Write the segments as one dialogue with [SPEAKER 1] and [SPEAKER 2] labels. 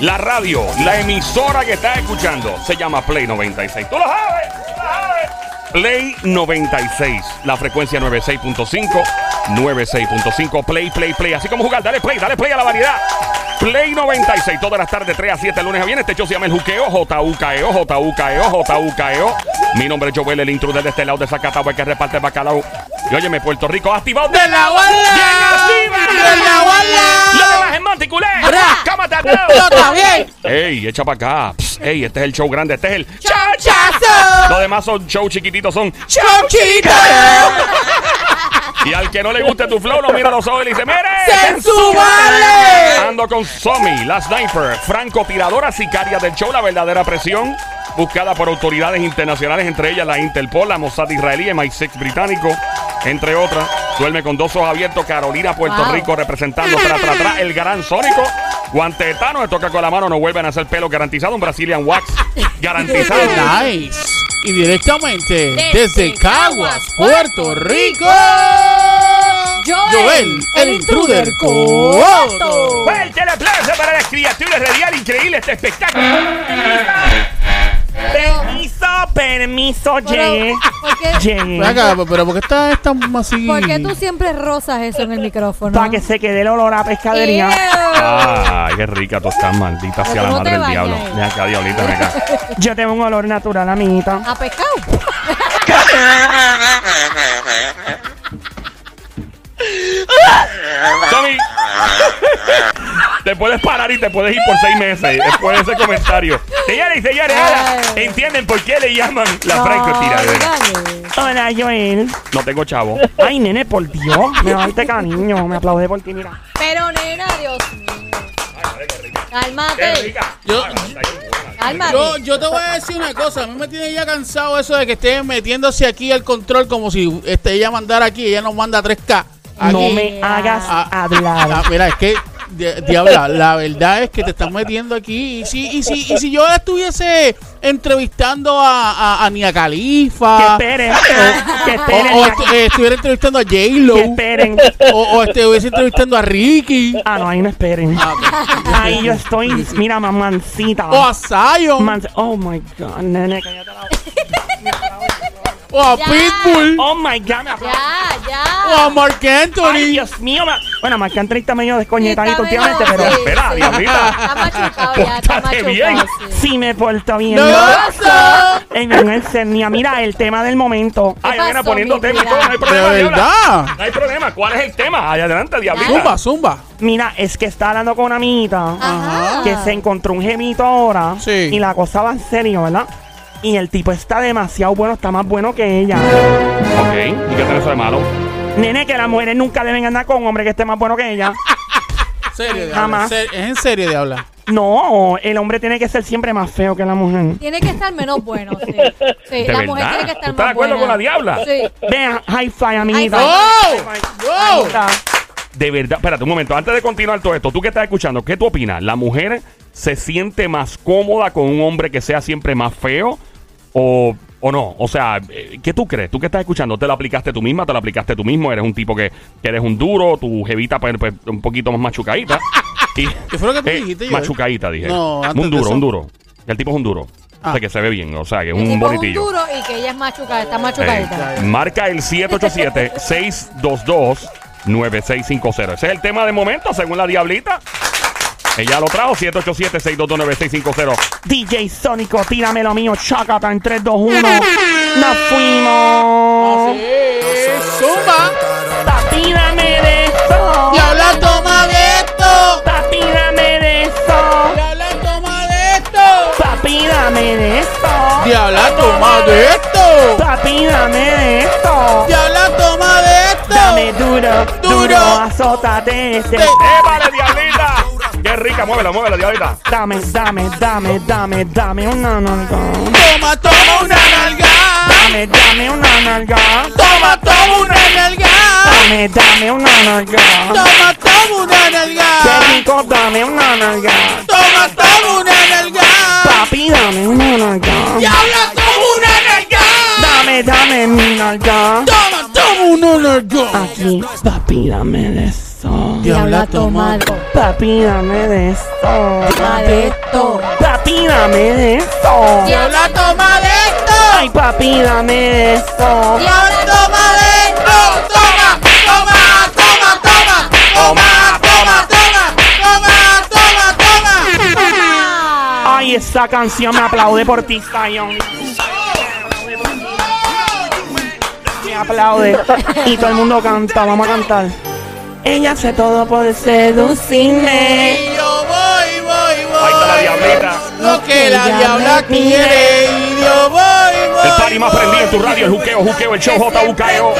[SPEAKER 1] La radio, la emisora que estás escuchando, se llama Play 96. ¡Tú lo sabes! ¡Tú lo sabes! Play 96, la frecuencia 96.5, 96.5, Play, Play, Play. Así como jugar, dale Play, dale Play a la variedad. Play 96, todas las tardes, 3 a 7, lunes a viernes. Este show se llama El Juqueo, J-U-K-E-O, J-U-K-E-O, J-U-K-E-O. E Mi nombre es Joel, el intruder de este lado de Zacatagua, el que reparte bacalao. Y óyeme, Puerto Rico, activado de la guarda. ¡Bien activa!
[SPEAKER 2] ¡De la guarda!
[SPEAKER 1] ¡Lo demás es manticulé!
[SPEAKER 2] ¡Bra!
[SPEAKER 1] ¡Cámate al lado!
[SPEAKER 2] ¡Explota bien!
[SPEAKER 1] ¡Ey, echa para acá! Psst, ¡Ey, este es el show grande! ¡Este es el
[SPEAKER 2] ¡Chachazo!
[SPEAKER 1] Lo demás son shows chiquititos, son...
[SPEAKER 2] ¡Chonchita!
[SPEAKER 1] Y al que no le guste tu flow, lo mira a los ojos y le dice, ¡Mire!
[SPEAKER 2] ¡Sensuales!
[SPEAKER 1] Ando con Somi, la sniper, francotiradora sicaria del show, la verdadera presión, buscada por autoridades internacionales, entre ellas la Interpol, la Mossad israelí, MI6 británico, entre otras. Duerme con dos ojos abiertos, Carolina, Puerto
[SPEAKER 2] Wow.
[SPEAKER 1] Rico, representando tra, tra, tra, el gran sónico. Guantetano, se toca con la mano, no vuelven a hacer pelo garantizado, un Brazilian Wax garantizado.
[SPEAKER 2] Nice.
[SPEAKER 3] Y directamente
[SPEAKER 4] Desde
[SPEAKER 3] desde Caguas,
[SPEAKER 4] Caguas,
[SPEAKER 3] Puerto Rico. Joel, el intruder
[SPEAKER 4] coto.
[SPEAKER 1] ¡Fuerte el aplauso para las criaturas radial! ¡Increíble este espectáculo! Permiso, permiso, llegué.
[SPEAKER 4] Pero, ¿por qué-
[SPEAKER 3] Ven acá, pero ¿por qué está esta así?
[SPEAKER 4] ¿Por qué tú siempre rozas eso en el micrófono?
[SPEAKER 5] Para que se quede el olor a pescadería.
[SPEAKER 1] Ah.
[SPEAKER 4] Ew.
[SPEAKER 1] Ay, qué rica tú estás, maldita sea la
[SPEAKER 4] Pero tú no
[SPEAKER 1] madre
[SPEAKER 4] te
[SPEAKER 1] del
[SPEAKER 4] bañas,
[SPEAKER 1] diablo.
[SPEAKER 4] eh.
[SPEAKER 1] Ven acá, diablita, ven acá.
[SPEAKER 5] Yo tengo un olor natural, amiguita.
[SPEAKER 4] ¿A pescado?
[SPEAKER 1] Tommy, te puedes parar y te puedes ir por seis meses después de ese comentario. Señores y señores, ahora
[SPEAKER 4] Ay.
[SPEAKER 1] entienden por qué le llaman la
[SPEAKER 4] No,
[SPEAKER 1] francotiradora.
[SPEAKER 4] dale.
[SPEAKER 5] Hola, Joel.
[SPEAKER 1] No tengo chavo.
[SPEAKER 5] Ay, nene, por Dios. Me darte cariño. Me aplaude por ti, mira.
[SPEAKER 4] Pero nena, Dios mío.
[SPEAKER 1] Qué
[SPEAKER 4] Cálmate,
[SPEAKER 1] rica.
[SPEAKER 3] Yo-
[SPEAKER 1] Ah, está bien buena.
[SPEAKER 3] Yo,
[SPEAKER 4] cálmate.
[SPEAKER 3] yo te voy a decir una cosa, a mí me tiene ya cansado eso de que estén metiéndose aquí al control como si este, ella mandara aquí, ella nos manda 3K. Aquí.
[SPEAKER 5] No me hagas
[SPEAKER 3] Ah,
[SPEAKER 5] hablar.
[SPEAKER 3] Ah, mira, es que, di- diabla, la verdad es que te están metiendo aquí. Y si, y si, y si yo la estuviese entrevistando a, a, a Nia
[SPEAKER 5] Que
[SPEAKER 3] Khalifa,
[SPEAKER 5] esperen. Que esperen.
[SPEAKER 3] o, o
[SPEAKER 5] ya-
[SPEAKER 3] estu- eh, estuviera entrevistando a J-Lo,
[SPEAKER 5] Que esperen.
[SPEAKER 3] o, o estuviese entrevistando a Ricky,
[SPEAKER 5] Ah, no, ahí no esperen. Ahí yo estoy. Mira, mamancita.
[SPEAKER 3] o a Zion,
[SPEAKER 5] Man- oh my god, nene, cállate la boca.
[SPEAKER 3] o a
[SPEAKER 4] Ya.
[SPEAKER 3] Pitbull,
[SPEAKER 5] Oh my god, me aplaude.
[SPEAKER 4] Ya,
[SPEAKER 3] o a
[SPEAKER 1] Oh.
[SPEAKER 4] ya.
[SPEAKER 3] Mark
[SPEAKER 5] Ay,
[SPEAKER 3] Anthony.
[SPEAKER 5] Dios mío. me- Bueno, Marc Anthony está medio desconectadito
[SPEAKER 4] Está medio-
[SPEAKER 5] últimamente, pero.
[SPEAKER 4] sí,
[SPEAKER 1] espera,
[SPEAKER 4] sí.
[SPEAKER 1] diablita.
[SPEAKER 4] Está machucado ya, está
[SPEAKER 1] Pórtate
[SPEAKER 4] machucado.
[SPEAKER 1] bien.
[SPEAKER 4] sí.
[SPEAKER 5] Sí, me porto bien.
[SPEAKER 3] ¡No!
[SPEAKER 5] Ey, me enseña. Mira, el tema del momento.
[SPEAKER 1] Ay,
[SPEAKER 4] pasó,
[SPEAKER 1] mira, poniendo
[SPEAKER 4] mi
[SPEAKER 1] tema y
[SPEAKER 4] vida?
[SPEAKER 1] todo, no hay
[SPEAKER 3] De
[SPEAKER 1] problema. diabla.
[SPEAKER 3] verdad.
[SPEAKER 1] No hay problema. ¿Cuál es el tema? Allá adelante, diablita.
[SPEAKER 3] Zumba, zumba.
[SPEAKER 5] Mira, es que está hablando con una amiguita
[SPEAKER 1] Ah,
[SPEAKER 4] Ajá.
[SPEAKER 5] que se encontró un gemito ahora.
[SPEAKER 3] Sí.
[SPEAKER 5] Y la cosa va en serio, ¿verdad? Y el tipo está demasiado bueno, está más bueno que ella.
[SPEAKER 1] Ok, ¿y qué tiene eso de malo?
[SPEAKER 5] Nene, que las mujeres nunca deben andar con un hombre que esté más bueno que ella.
[SPEAKER 3] Serio,
[SPEAKER 5] Jamás.
[SPEAKER 3] diabla. ser- Es en serio, diabla.
[SPEAKER 5] No, el hombre tiene que ser siempre más feo que la mujer.
[SPEAKER 4] Tiene que estar menos bueno, sí. Sí,
[SPEAKER 1] ¿De
[SPEAKER 4] la
[SPEAKER 1] verdad?
[SPEAKER 4] mujer tiene que
[SPEAKER 1] ¿Tú
[SPEAKER 4] estar
[SPEAKER 1] estás de
[SPEAKER 4] más
[SPEAKER 1] acuerdo
[SPEAKER 4] buena.
[SPEAKER 1] con la diabla?
[SPEAKER 4] Sí.
[SPEAKER 5] Vea, high five, amiguita.
[SPEAKER 4] High
[SPEAKER 3] ¡Oh! ¡Wow!
[SPEAKER 5] Amiguita.
[SPEAKER 1] De verdad, espérate un momento, antes de continuar todo esto, tú que estás escuchando, ¿qué tú opinas? ¿La mujer se siente más cómoda con un hombre que sea siempre más feo o, o no? O sea, eh, ¿qué tú crees? ¿Tú que estás escuchando? ¿Te la aplicaste tú misma? ¿Te la aplicaste tú mismo? ¿Eres un tipo que, que eres un duro? ¿Tu jevita pues, pues, un poquito más machucadita? Y- eh,
[SPEAKER 3] ¿Qué fue lo que tú dijiste, Joel?
[SPEAKER 1] Machucadita, dije.
[SPEAKER 3] No, antes
[SPEAKER 1] un
[SPEAKER 3] de
[SPEAKER 1] duro,
[SPEAKER 3] eso.
[SPEAKER 1] un duro. El tipo es un duro. O
[SPEAKER 3] Ah.
[SPEAKER 1] sea, que se ve bien, o sea, que es
[SPEAKER 4] El
[SPEAKER 1] un
[SPEAKER 4] tipo es
[SPEAKER 1] bonitillo.
[SPEAKER 4] duro y que ella es machucada, está machucadita.
[SPEAKER 1] Eh, marca el 787-622-9650. Ese es el tema de momento, según la Diablita. Ella lo trajo, 787-622-9650.
[SPEAKER 5] DJ Sónico, tírame lo mío, chacata en 3, 2, 1. Nos fuimos.
[SPEAKER 3] Zumba.
[SPEAKER 5] Tatírame de eso.
[SPEAKER 3] Diabla, toma de esto.
[SPEAKER 5] Tatírame de eso.
[SPEAKER 3] Diabla, toma de esto.
[SPEAKER 5] Papi, dame de esto.
[SPEAKER 3] Diabla, toma de esto.
[SPEAKER 5] Papi, dame de esto.
[SPEAKER 3] Diabla, toma de esto.
[SPEAKER 5] Dame duro, duro,
[SPEAKER 3] Duro.
[SPEAKER 5] azótate este.
[SPEAKER 1] ¡Épale, Diablita! ¡Qué rica! Muévela, muévela, Diablita.
[SPEAKER 5] Dame, dame, dame, dame, dame una nalga.
[SPEAKER 3] Toma, toma una nalga.
[SPEAKER 5] Dame, dame una nalga.
[SPEAKER 3] Toma, toma una nalga.
[SPEAKER 5] Dame, dame una nalga.
[SPEAKER 3] Toma, toma una
[SPEAKER 5] Qué
[SPEAKER 3] nalga.
[SPEAKER 5] rico, dame una nalga.
[SPEAKER 3] Toma, toma una nalga.
[SPEAKER 5] Papi, dame una nalga.
[SPEAKER 3] Diabla, toma una nalga.
[SPEAKER 5] Dame, dame mi nalga.
[SPEAKER 3] Toma, toma uno no yo.
[SPEAKER 5] Aquí, papi, dame de eso.
[SPEAKER 3] Diabla
[SPEAKER 4] Diabla
[SPEAKER 3] toma.
[SPEAKER 4] tomado.
[SPEAKER 5] Papi, dame de eso.
[SPEAKER 4] Toma de esto.
[SPEAKER 5] Papi, dame de eso.
[SPEAKER 2] Diabla toma de esto.
[SPEAKER 5] Ay, papi, dame de eso.
[SPEAKER 2] Diabla toma de esto. Toma, toma, toma, toma. Toma, toma, toma. Toma, toma, toma.
[SPEAKER 5] Ay, esa canción me aplaude por ti, Zion. Me aplaude. Y todo el mundo canta, vamos a cantar. Ella hace todo por seducirme.
[SPEAKER 3] Y yo voy, voy, voy.
[SPEAKER 1] Ahí está la diablita.
[SPEAKER 3] Lo que la diabla quiere. Y yo voy, voy.
[SPEAKER 1] El party más
[SPEAKER 3] voy.
[SPEAKER 1] prendido en tu radio, el juqueo, juqueo, el show JUKEO.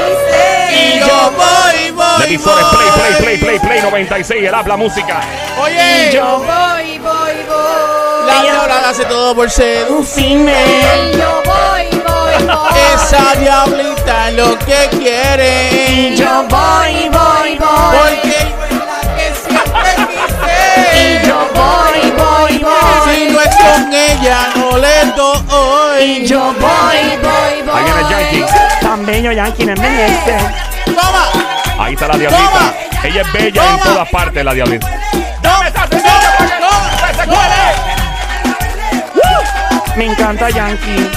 [SPEAKER 3] Y yo voy, voy.
[SPEAKER 1] La emisora es Play,
[SPEAKER 3] voy.
[SPEAKER 1] Play, Play, Play, Play 96, el habla música.
[SPEAKER 3] Oye,
[SPEAKER 5] Yo
[SPEAKER 4] Voy, voy, voy.
[SPEAKER 3] la diabla la hace todo por seducir.
[SPEAKER 5] seducirme.
[SPEAKER 4] Y yo voy, voy, voy.
[SPEAKER 3] Esa diablita es lo que
[SPEAKER 5] Y
[SPEAKER 3] quiere.
[SPEAKER 5] yo voy, voy, voy.
[SPEAKER 3] Porque yo es la que siempre quise.
[SPEAKER 5] Y yo voy, voy, voy.
[SPEAKER 3] Si no es con ella, no le
[SPEAKER 5] Y
[SPEAKER 3] doy.
[SPEAKER 5] yo voy,
[SPEAKER 4] Voy, voy, voy.
[SPEAKER 1] Ahí viene el Yankee.
[SPEAKER 5] Tan bello, Yankee, no envejece.
[SPEAKER 3] Toma,
[SPEAKER 1] Ahí está la diablita. Ella es bella en
[SPEAKER 3] Toma.
[SPEAKER 1] todas partes, la diablita.
[SPEAKER 3] toma, toma, toma.
[SPEAKER 5] Me encanta Yankee.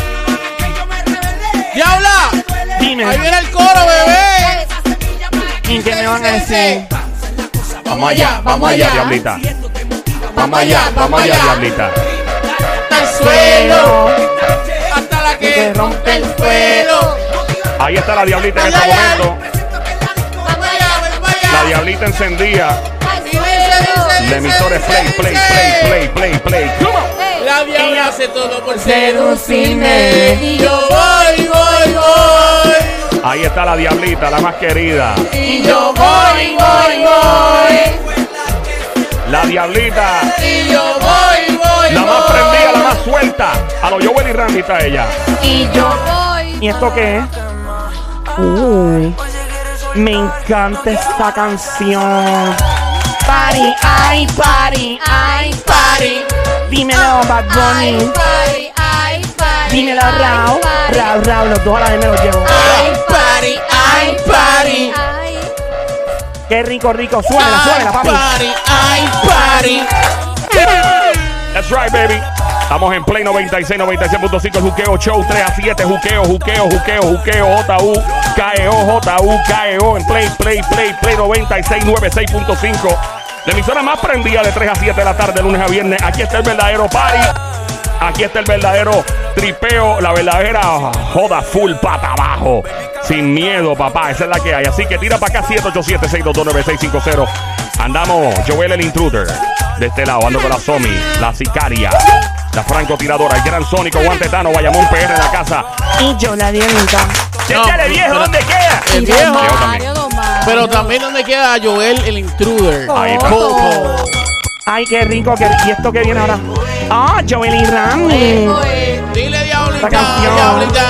[SPEAKER 3] Diabla, ahí
[SPEAKER 5] Dime,
[SPEAKER 3] viene el coro, bebé.
[SPEAKER 5] ¿y qué me van a decir?
[SPEAKER 1] Vamos allá, vamos allá, diablita. Vamos allá, vamos allá, diablita.
[SPEAKER 3] Hasta el suelo, hasta la que rompe el suelo.
[SPEAKER 1] Ahí está la diablita en este
[SPEAKER 3] Ay, ay, ay.
[SPEAKER 1] momento.
[SPEAKER 3] Vamos allá, vamos
[SPEAKER 1] La
[SPEAKER 3] allá.
[SPEAKER 1] diablita encendía.
[SPEAKER 4] Al
[SPEAKER 3] Y dice,
[SPEAKER 4] suelo.
[SPEAKER 3] dice,
[SPEAKER 1] La emisora es Play, Play, Play, Play, Play, Play. Come on.
[SPEAKER 4] Ey.
[SPEAKER 3] La diabla hace todo por seducirme.
[SPEAKER 4] Y
[SPEAKER 3] Y
[SPEAKER 4] yo
[SPEAKER 3] yo voy, voy, voy.
[SPEAKER 1] Ahí está la diablita, la más querida.
[SPEAKER 3] Y yo voy, voy, voy.
[SPEAKER 1] La diablita,
[SPEAKER 3] Y yo voy, voy,
[SPEAKER 1] la más
[SPEAKER 3] voy.
[SPEAKER 1] prendida, la más suelta. A lo Joel y Randy está ella.
[SPEAKER 4] Y yo voy.
[SPEAKER 5] ¿Y esto qué es? Uy, me encanta esta canción. Party, ay, party,
[SPEAKER 4] Ay,
[SPEAKER 3] Party,
[SPEAKER 5] dímelo, Bad
[SPEAKER 4] ay,
[SPEAKER 5] Bunny.
[SPEAKER 4] party, ay, party,
[SPEAKER 5] Dímelo,
[SPEAKER 4] ay,
[SPEAKER 5] Rao.
[SPEAKER 4] party.
[SPEAKER 5] Rao, Rao, los dos a la vez me los llevo.
[SPEAKER 3] ay, party, ay, party.
[SPEAKER 4] Ay,
[SPEAKER 5] Qué rico, rico. Suéltala, suéltala,
[SPEAKER 3] Ay,
[SPEAKER 5] papi.
[SPEAKER 3] party, ay, party.
[SPEAKER 1] That's right, baby. Estamos en Play 96, 96.5, el Juqueo Show 3 a 7, Juqueo, Juqueo, Juqueo, Juqueo, JU, KEO, JU, KEO, E en Play, Play, Play, Play 96, 96.5. La emisora más prendida de 3 a 7 de la tarde, lunes a viernes. Aquí está el verdadero party. Aquí está el verdadero tripeo, la verdadera joda full pata abajo. Sin miedo, papá, esa es la que hay. Así que tira para acá 787-622-9650. Andamos, Joel el intruder. De este lado, ando con la Somi, la sicaria, la francotiradora, el gran sónico, guantetano, Bayamón PR en la casa.
[SPEAKER 5] Y yo la diablita.
[SPEAKER 3] No, Eh,
[SPEAKER 1] Échale viejo,
[SPEAKER 3] pero-
[SPEAKER 1] ¿dónde queda?
[SPEAKER 3] El
[SPEAKER 4] y
[SPEAKER 3] viejo.
[SPEAKER 4] don Mario, don Mario.
[SPEAKER 3] Pero también donde queda Joel el intruder.
[SPEAKER 1] Ahí va.
[SPEAKER 3] Coco.
[SPEAKER 5] Ay, qué rico. Qué, ¿Y esto qué viene ahora? Ah, Joel y Randy.
[SPEAKER 4] Eso es.
[SPEAKER 3] Dile diablita,
[SPEAKER 5] Esta canción.
[SPEAKER 3] diablita.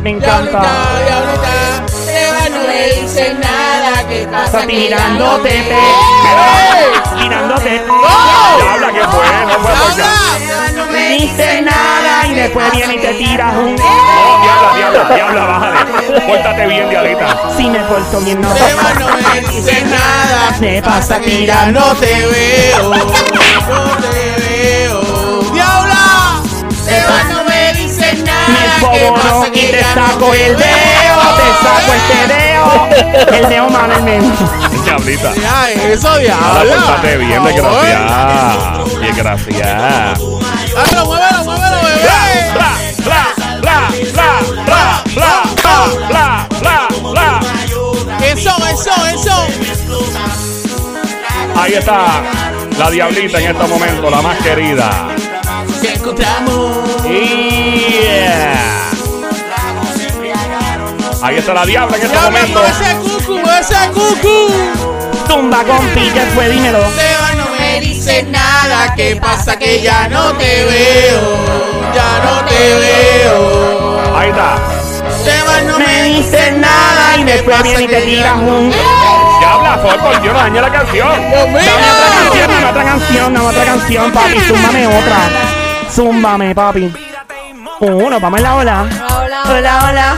[SPEAKER 5] Me encanta.
[SPEAKER 3] Diablita, diablita. Te va, no le dices nada que
[SPEAKER 5] Está
[SPEAKER 3] estás
[SPEAKER 5] tirándote.
[SPEAKER 3] mirándote.
[SPEAKER 5] Tirándote.
[SPEAKER 1] Habla que fue, ¡Oh! no fue
[SPEAKER 5] pues
[SPEAKER 1] por acá.
[SPEAKER 5] No me dice nada y después viene y te tiras un.
[SPEAKER 1] No, diabla, diabla, diabla, bájale. Pórtate bien, diablita.
[SPEAKER 5] Si me porto bien, no.
[SPEAKER 3] Eva no me dice nada.
[SPEAKER 5] Me pasa
[SPEAKER 3] Mira,
[SPEAKER 5] tirando.
[SPEAKER 3] no te veo. No te veo. ¡Diabla! Eva no me dice
[SPEAKER 5] Me
[SPEAKER 3] nada. ¿Qué
[SPEAKER 5] bobo
[SPEAKER 3] pasa
[SPEAKER 5] y
[SPEAKER 3] que
[SPEAKER 5] te
[SPEAKER 3] ya
[SPEAKER 5] saco
[SPEAKER 3] no te
[SPEAKER 5] el dedo, te saco este dedo. El dedo malo, el menos.
[SPEAKER 1] Diablita.
[SPEAKER 3] Ya, eso, diabla.
[SPEAKER 1] Ahora Ah, pórtate bien,
[SPEAKER 3] gracias.
[SPEAKER 1] desgraciada. Desgraciada.
[SPEAKER 3] ¡Hazlo, ah, muévelo, muévelo, bebé!
[SPEAKER 1] Bla, bla, bla, bla, bla, bla, bla, bla, bla, bla.
[SPEAKER 3] Eso, eso, eso.
[SPEAKER 1] Ahí está la diablita en este momento, la más querida.
[SPEAKER 3] Que encontramos.
[SPEAKER 1] Yeah. Ahí está la diabla en este
[SPEAKER 3] Diabla,
[SPEAKER 1] momento.
[SPEAKER 3] mueve ese cucu, mueve ese cucu.
[SPEAKER 5] Tumba con pilla fue, dímelo.
[SPEAKER 3] Eva no me dice nada. ¿Qué pasa que ya no te veo? Ya no te veo.
[SPEAKER 1] Ahí está.
[SPEAKER 3] Eva no
[SPEAKER 5] Me
[SPEAKER 3] me
[SPEAKER 5] dice nada y después viene y te tiras un.
[SPEAKER 1] Diabla, por favor, yo no dañé la canción.
[SPEAKER 3] ¡Dios mío!
[SPEAKER 5] Dame otra canción, dame otra canción, dame otra canción, papi. Zúmbame otra. Zúmbame, papi. Uno, vamos en la ola.
[SPEAKER 4] Hola, hola.
[SPEAKER 5] Hola, hola.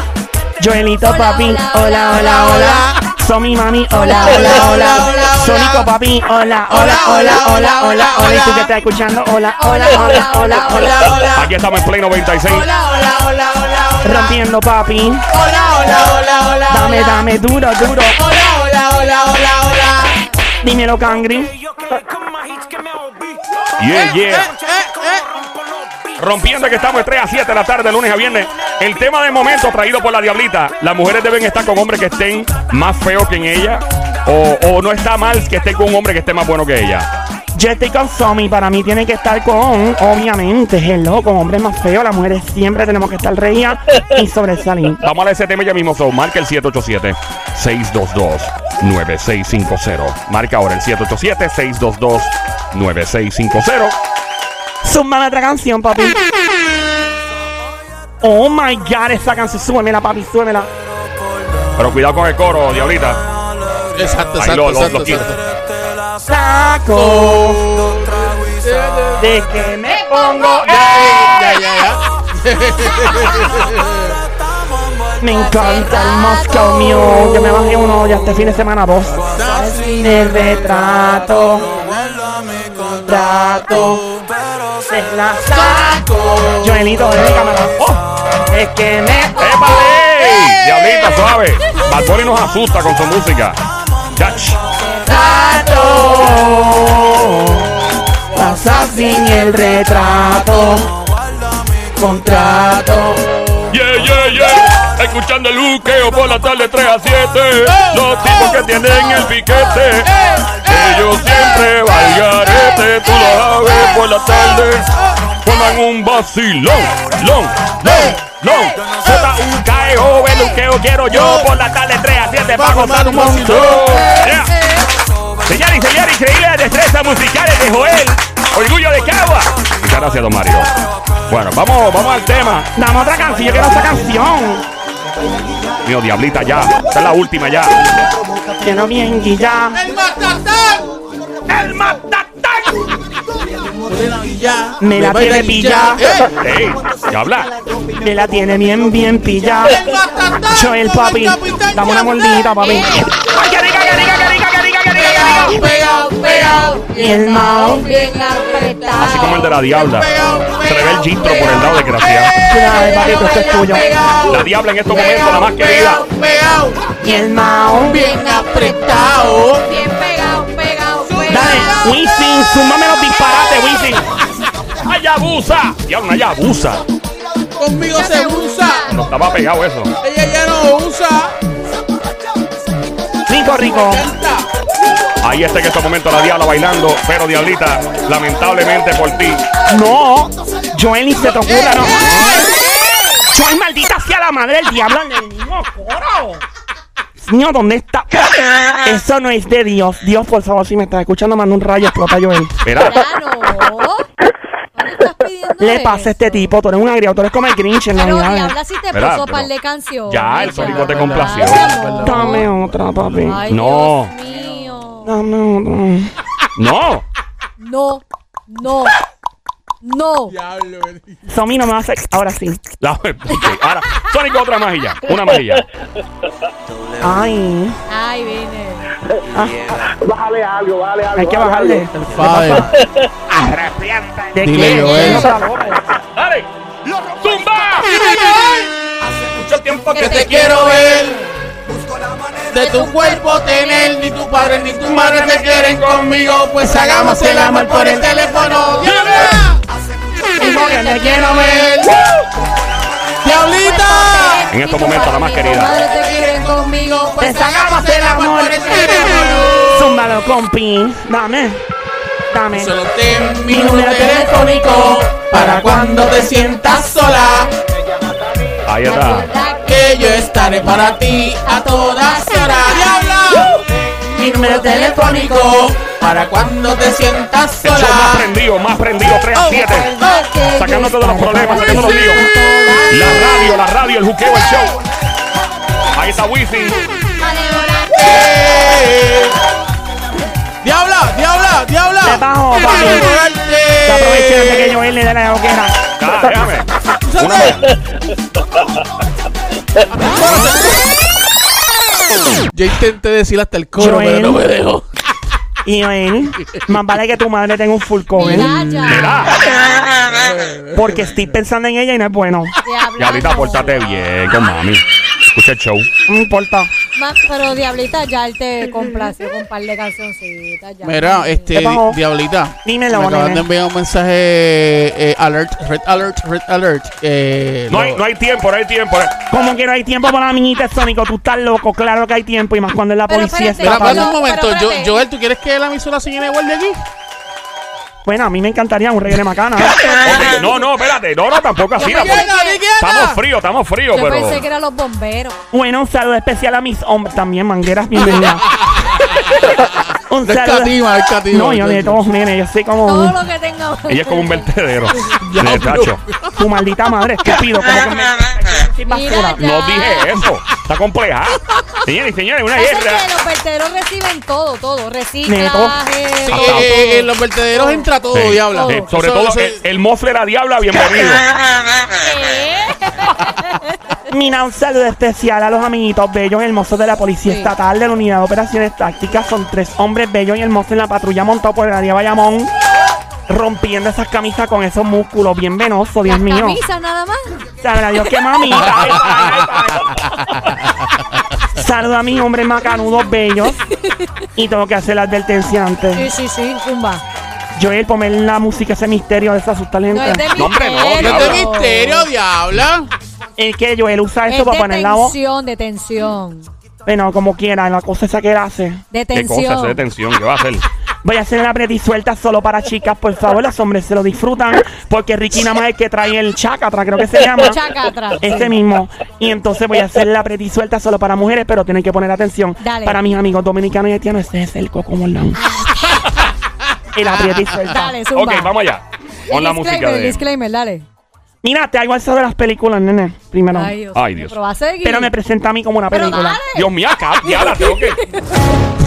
[SPEAKER 5] Joelito
[SPEAKER 4] Hola,
[SPEAKER 5] papi,
[SPEAKER 4] hola,
[SPEAKER 5] hola, hola, hola. Somi mami, hola, hola, hola. Sónico papi, hola, hola, hola, hola, hola, hola. Y tú que estás escuchando, hola, hola, hola, hola, hola.
[SPEAKER 1] Aquí estamos en Play 96.
[SPEAKER 5] Rompiendo papi, dame, dame, duro, duro. Dímelo, Cangri.
[SPEAKER 3] Eh,
[SPEAKER 1] Yeah, yeah. Rompiendo que estamos de 3 a 7 de la tarde, lunes a viernes. El tema de momento traído por la Diablita. Las mujeres deben estar con hombres que estén más feos que en ella. O, o no está mal que esté con un hombre que esté más bueno que ella.
[SPEAKER 5] Yo estoy con Somi, para mí tiene que estar con, obviamente, hello, con hombres más feos. Las mujeres siempre tenemos que estar reídas y sobresalir.
[SPEAKER 1] Vamos a hablar de ese tema ya mismo. So, marca el 787-622-9650. Marca ahora el 787-622-9650.
[SPEAKER 5] Zumba otra canción, papi. Oh my god, esa canción, súbemela, papi, súbemela.
[SPEAKER 1] Pero cuidado con el coro, Diablita.
[SPEAKER 3] Exacto,
[SPEAKER 1] Ahí lo- lo-
[SPEAKER 3] exacto, exacto,
[SPEAKER 1] lo quito.
[SPEAKER 3] exacto.
[SPEAKER 5] Saco de que me pongo gay.
[SPEAKER 3] Ya, ya, ya.
[SPEAKER 5] Me encanta el Moscow Mule. Yo me bajé uno ya este fin de semana, dos. Sin el retrato, contrato, se la saco. Joelito, de mi cámara. Oh, es que me
[SPEAKER 1] ¡Épale! Diablita, suave. Bad Bunny nos asusta con su música. Chach.
[SPEAKER 5] contrato. Pasa sin el retrato, contrato.
[SPEAKER 1] Yeah, yeah, yeah. Escuchando el luqueo por la tarde 3 a 7. Los tipos que tienen el piquete. Ellos siempre valgarete. Tú lo sabes por la tarde. Forman un vacilón. Long, long, long. J-U-K-E-O. El luqueo quiero yo por la tarde 3 a 7. Para gozar un montón. Yeah. Señores y señores, increíble destreza musicales de Joel. Orgullo de Cagua. Muchas gracias, don Mario. Bueno, vamos, vamos al tema.
[SPEAKER 5] Dame otra canción, yo quiero esa canción.
[SPEAKER 1] Mío, diablita ya. Esta es la última ya.
[SPEAKER 5] Que no bien ya.
[SPEAKER 2] ¡El matatán!
[SPEAKER 1] ¡El matatán!
[SPEAKER 2] Ya.
[SPEAKER 5] Me la tiene pilla,
[SPEAKER 1] ¡Ey! ¡Ya habla!
[SPEAKER 5] me la tiene bien, bien pilla.
[SPEAKER 2] ¡El matatán!
[SPEAKER 5] Yo el papi, dame una mordidita, papi.
[SPEAKER 1] ¡Ay, qué rica, qué rica, qué rica, qué rica, qué rica, qué rica!
[SPEAKER 4] Pegao, pegao.
[SPEAKER 5] Y el mao,
[SPEAKER 4] Bien apretado.
[SPEAKER 1] Así como el de la diabla. Se le ve el gistro por el lado, desgraciado.
[SPEAKER 5] Dale, papito, esto es tuyo.
[SPEAKER 1] La diabla en estos momentos, la más querida.
[SPEAKER 2] Pegao,
[SPEAKER 5] Y el mao,
[SPEAKER 4] Bien apretado. Bien pegado, pegado,
[SPEAKER 5] dale,
[SPEAKER 4] pegado.
[SPEAKER 5] Wisin, súmame los disparates, Wisin.
[SPEAKER 1] ¡Ay, abusa! Diabla, ya abusa.
[SPEAKER 2] conmigo se usa.
[SPEAKER 1] No estaba pegado eso.
[SPEAKER 2] Ella ya no usa.
[SPEAKER 5] Rico, rico.
[SPEAKER 2] Canta.
[SPEAKER 1] Ahí está en estos momentos la diabla bailando. Pero, diablita, lamentablemente por ti.
[SPEAKER 5] No, Joel, ni se te ocurra, no. Joel, maldita sea la madre del diablo en el mismo coro. Niño, ¿dónde está? Eso no es de Dios. Dios, por favor, si me estás escuchando, manda un rayo, explota Joel.
[SPEAKER 1] Mira,
[SPEAKER 4] Ya no. ¿No le estás pidiendo
[SPEAKER 5] Le pasa a
[SPEAKER 4] eso?
[SPEAKER 5] este tipo, tú eres un agriado, tú eres como el Grinch en
[SPEAKER 4] Pero
[SPEAKER 5] Navidad.
[SPEAKER 4] diabla si te
[SPEAKER 1] Espera,
[SPEAKER 4] puso
[SPEAKER 1] pero-
[SPEAKER 4] par de canciones.
[SPEAKER 1] Ya, el sonico te
[SPEAKER 4] Ay,
[SPEAKER 1] complació.
[SPEAKER 4] amor.
[SPEAKER 5] Dame otra, papi.
[SPEAKER 4] Ay,
[SPEAKER 1] No.
[SPEAKER 4] Dios mío.
[SPEAKER 5] Dame otra.
[SPEAKER 1] no.
[SPEAKER 4] No, no, no.
[SPEAKER 2] Diablo, ven.
[SPEAKER 5] Somi no me va a hacer. Ahora sí.
[SPEAKER 1] La- Ahora, Sonic, otra más y ya. Una más y ya.
[SPEAKER 5] Ay.
[SPEAKER 4] Ay, viene.
[SPEAKER 6] Bájale algo, bájale algo.
[SPEAKER 5] Hay que
[SPEAKER 6] bájale
[SPEAKER 5] bajarle.
[SPEAKER 6] algo.
[SPEAKER 3] Padre,
[SPEAKER 5] ¿De
[SPEAKER 3] Dile, Joel.
[SPEAKER 1] ¡Dale! ¡Zumba! Mucho tiempo
[SPEAKER 3] que
[SPEAKER 1] que
[SPEAKER 3] te quiero ver. De tu cuerpo tener, ni tu padre ni tu madre te quieren conmigo. Pues hagamos el amor por el teléfono. ¡Diabla!
[SPEAKER 5] que te
[SPEAKER 3] quiero ver. ¡Diablita!
[SPEAKER 1] En estos momentos, la más querida.
[SPEAKER 4] Madre te quieren conmigo. Pues
[SPEAKER 3] hagamos el amor por el teléfono.
[SPEAKER 5] Zúmbalo, compi. Dame. Dame.
[SPEAKER 2] Solo ten
[SPEAKER 5] Mi número telefónico
[SPEAKER 3] Para cuando te sientas sola,
[SPEAKER 1] Ahí está.
[SPEAKER 3] que yo estaré para ti a todas horas. ¡Diabla!
[SPEAKER 5] Mi número
[SPEAKER 3] Telefónico, para cuando te sientas
[SPEAKER 1] El show más
[SPEAKER 3] sola. Oh,
[SPEAKER 1] prendido, más prendido, 3 a 7. Sacando todos los problemas, sacando los líos. La radio, la radio, el juqueo, el show. Ahí está Wifi.
[SPEAKER 3] ¡Eh! ¡Diabla! ¡Diabla! ¡Diabla!
[SPEAKER 5] Te bajo,
[SPEAKER 3] Quiero
[SPEAKER 5] papi.
[SPEAKER 3] rogarte.
[SPEAKER 5] Te
[SPEAKER 3] Eh.
[SPEAKER 5] aproveché de que Joel le dé la hoguera.
[SPEAKER 1] Ya, déjame.
[SPEAKER 3] Una Yo intenté decir hasta el coro,
[SPEAKER 5] Joel.
[SPEAKER 3] pero no me dejó.
[SPEAKER 5] Y él, más vale que tu madre tenga un full cover.
[SPEAKER 4] Mira ya.
[SPEAKER 5] Porque estoy pensando en ella y no es bueno.
[SPEAKER 4] Diablita.
[SPEAKER 1] Diablita, pórtate bien con mami. Escucha el show.
[SPEAKER 5] No importa.
[SPEAKER 4] Ma- pero Diablita ya él te complació con un par de cancioncitas. Ya.
[SPEAKER 3] Mira, este,
[SPEAKER 5] ¿Qué pasó?
[SPEAKER 3] Diablita.
[SPEAKER 5] Dímelo,
[SPEAKER 3] Me acaban
[SPEAKER 5] nene.
[SPEAKER 3] de enviar un mensaje eh, alert, red alert, red alert. Eh,
[SPEAKER 1] No hay,
[SPEAKER 3] lo-
[SPEAKER 1] no hay tiempo, no hay tiempo. no hay-
[SPEAKER 5] Como que no hay tiempo para la amiguita de Sónico, tú estás loco, claro que hay tiempo, y más cuando es la
[SPEAKER 4] Pero
[SPEAKER 5] policía
[SPEAKER 4] espérate,
[SPEAKER 5] está
[SPEAKER 3] Mira, espérate
[SPEAKER 4] pero-
[SPEAKER 5] para-
[SPEAKER 3] un momento.
[SPEAKER 4] pero
[SPEAKER 3] Yo-
[SPEAKER 4] espérate.
[SPEAKER 3] Joel, ¿tú quieres que la emisora se llene igual de aquí?
[SPEAKER 5] Bueno, a mí me encantaría un reggae de macana.
[SPEAKER 1] Ok, No, no, espérate. No, no, tampoco así.
[SPEAKER 4] Yo
[SPEAKER 1] tampoco-
[SPEAKER 4] pensé que-
[SPEAKER 1] pues, Estamos fríos, estamos fríos,
[SPEAKER 4] Yo
[SPEAKER 1] pero.
[SPEAKER 4] pensé que eran los bomberos.
[SPEAKER 5] bueno, un saludo especial a mis hombres también, mangueras, bienvenida. un
[SPEAKER 3] No es cativa, es cativa.
[SPEAKER 5] No, yo de todos, nene, yo soy
[SPEAKER 4] Todo
[SPEAKER 5] como
[SPEAKER 4] lo que tenga.
[SPEAKER 1] Ella es como un vertedero. de tacho.
[SPEAKER 5] tu maldita madre, estúpido, como que me... sin
[SPEAKER 4] Mira
[SPEAKER 5] basura.
[SPEAKER 4] ya.
[SPEAKER 1] No dije eso. Está compleja. Señores y señores, una
[SPEAKER 4] Pasa
[SPEAKER 1] guerra.
[SPEAKER 4] que los verteros reciben todo, todo.
[SPEAKER 5] Neto.
[SPEAKER 4] Reciclaje.
[SPEAKER 3] Sí,
[SPEAKER 1] Hasta
[SPEAKER 3] eh, eh,
[SPEAKER 1] todo.
[SPEAKER 3] en los vertederos entra todo,
[SPEAKER 1] Sí,
[SPEAKER 3] diabla.
[SPEAKER 1] sí, sobre
[SPEAKER 3] Oh, Eso-
[SPEAKER 1] todo
[SPEAKER 3] eso-
[SPEAKER 1] el, el mofle la diabla, bienvenido.
[SPEAKER 5] Mira, un saludo especial a los amiguitos bellos y hermosos de la Policía Estatal de la Unidad de Operaciones Tácticas. Son tres hombres bellos y hermosos en la patrulla montado por el área Bayamón, rompiendo esas camisas con esos músculos bien venosos, Dios
[SPEAKER 4] Las
[SPEAKER 5] mío.
[SPEAKER 4] camisas nada más.
[SPEAKER 5] Sabrá Dios que mami. Ay, ay, ay. Saludo a mis hombres macanudos bellos. Y tengo que hacer la advertencia
[SPEAKER 4] Sí,
[SPEAKER 5] antes.
[SPEAKER 4] sí, sí, zumba.
[SPEAKER 5] Joel, poner la música, ese misterio de esa
[SPEAKER 4] No es
[SPEAKER 5] gente.
[SPEAKER 4] de
[SPEAKER 1] No, hombre, no,
[SPEAKER 4] misterio.
[SPEAKER 3] No es de misterio, diabla.
[SPEAKER 5] El que Joel usa
[SPEAKER 4] Es
[SPEAKER 5] esto para poner
[SPEAKER 4] de
[SPEAKER 5] la voz.
[SPEAKER 4] tensión, de tensión.
[SPEAKER 5] Bueno, como quiera, la cosa esa que él hace.
[SPEAKER 4] De
[SPEAKER 1] Qué cosa, eso de
[SPEAKER 4] tensión.
[SPEAKER 1] tensión, ¿qué va a hacer?
[SPEAKER 5] Voy a hacer una pretisuelta solo para chicas, por favor. Los hombres se lo disfrutan. Porque Ricky nada más es el que trae el chacatra, creo que se llama.
[SPEAKER 4] Chacatra.
[SPEAKER 5] Este mismo. Y entonces voy a hacer la pretisuelta solo para mujeres, pero tienen que poner atención.
[SPEAKER 4] Dale.
[SPEAKER 5] Para mis amigos dominicanos y haitianos, este es el coco morlón. y la pretisuelta.
[SPEAKER 4] Dale, zumba.
[SPEAKER 1] Ok, vamos allá. Pon la
[SPEAKER 4] El disclaimer,
[SPEAKER 1] música
[SPEAKER 4] el
[SPEAKER 1] de.
[SPEAKER 4] disclaimer, dale.
[SPEAKER 5] Mira, te hago eso de las películas, nene. Primero.
[SPEAKER 4] Dios.
[SPEAKER 1] Ay,
[SPEAKER 4] mío,
[SPEAKER 1] Dios.
[SPEAKER 4] Pero va a seguir.
[SPEAKER 5] Pero me presenta a mí como una
[SPEAKER 4] Pero
[SPEAKER 5] película.
[SPEAKER 4] dale.
[SPEAKER 1] Dios mío, acá, diabla, tengo que.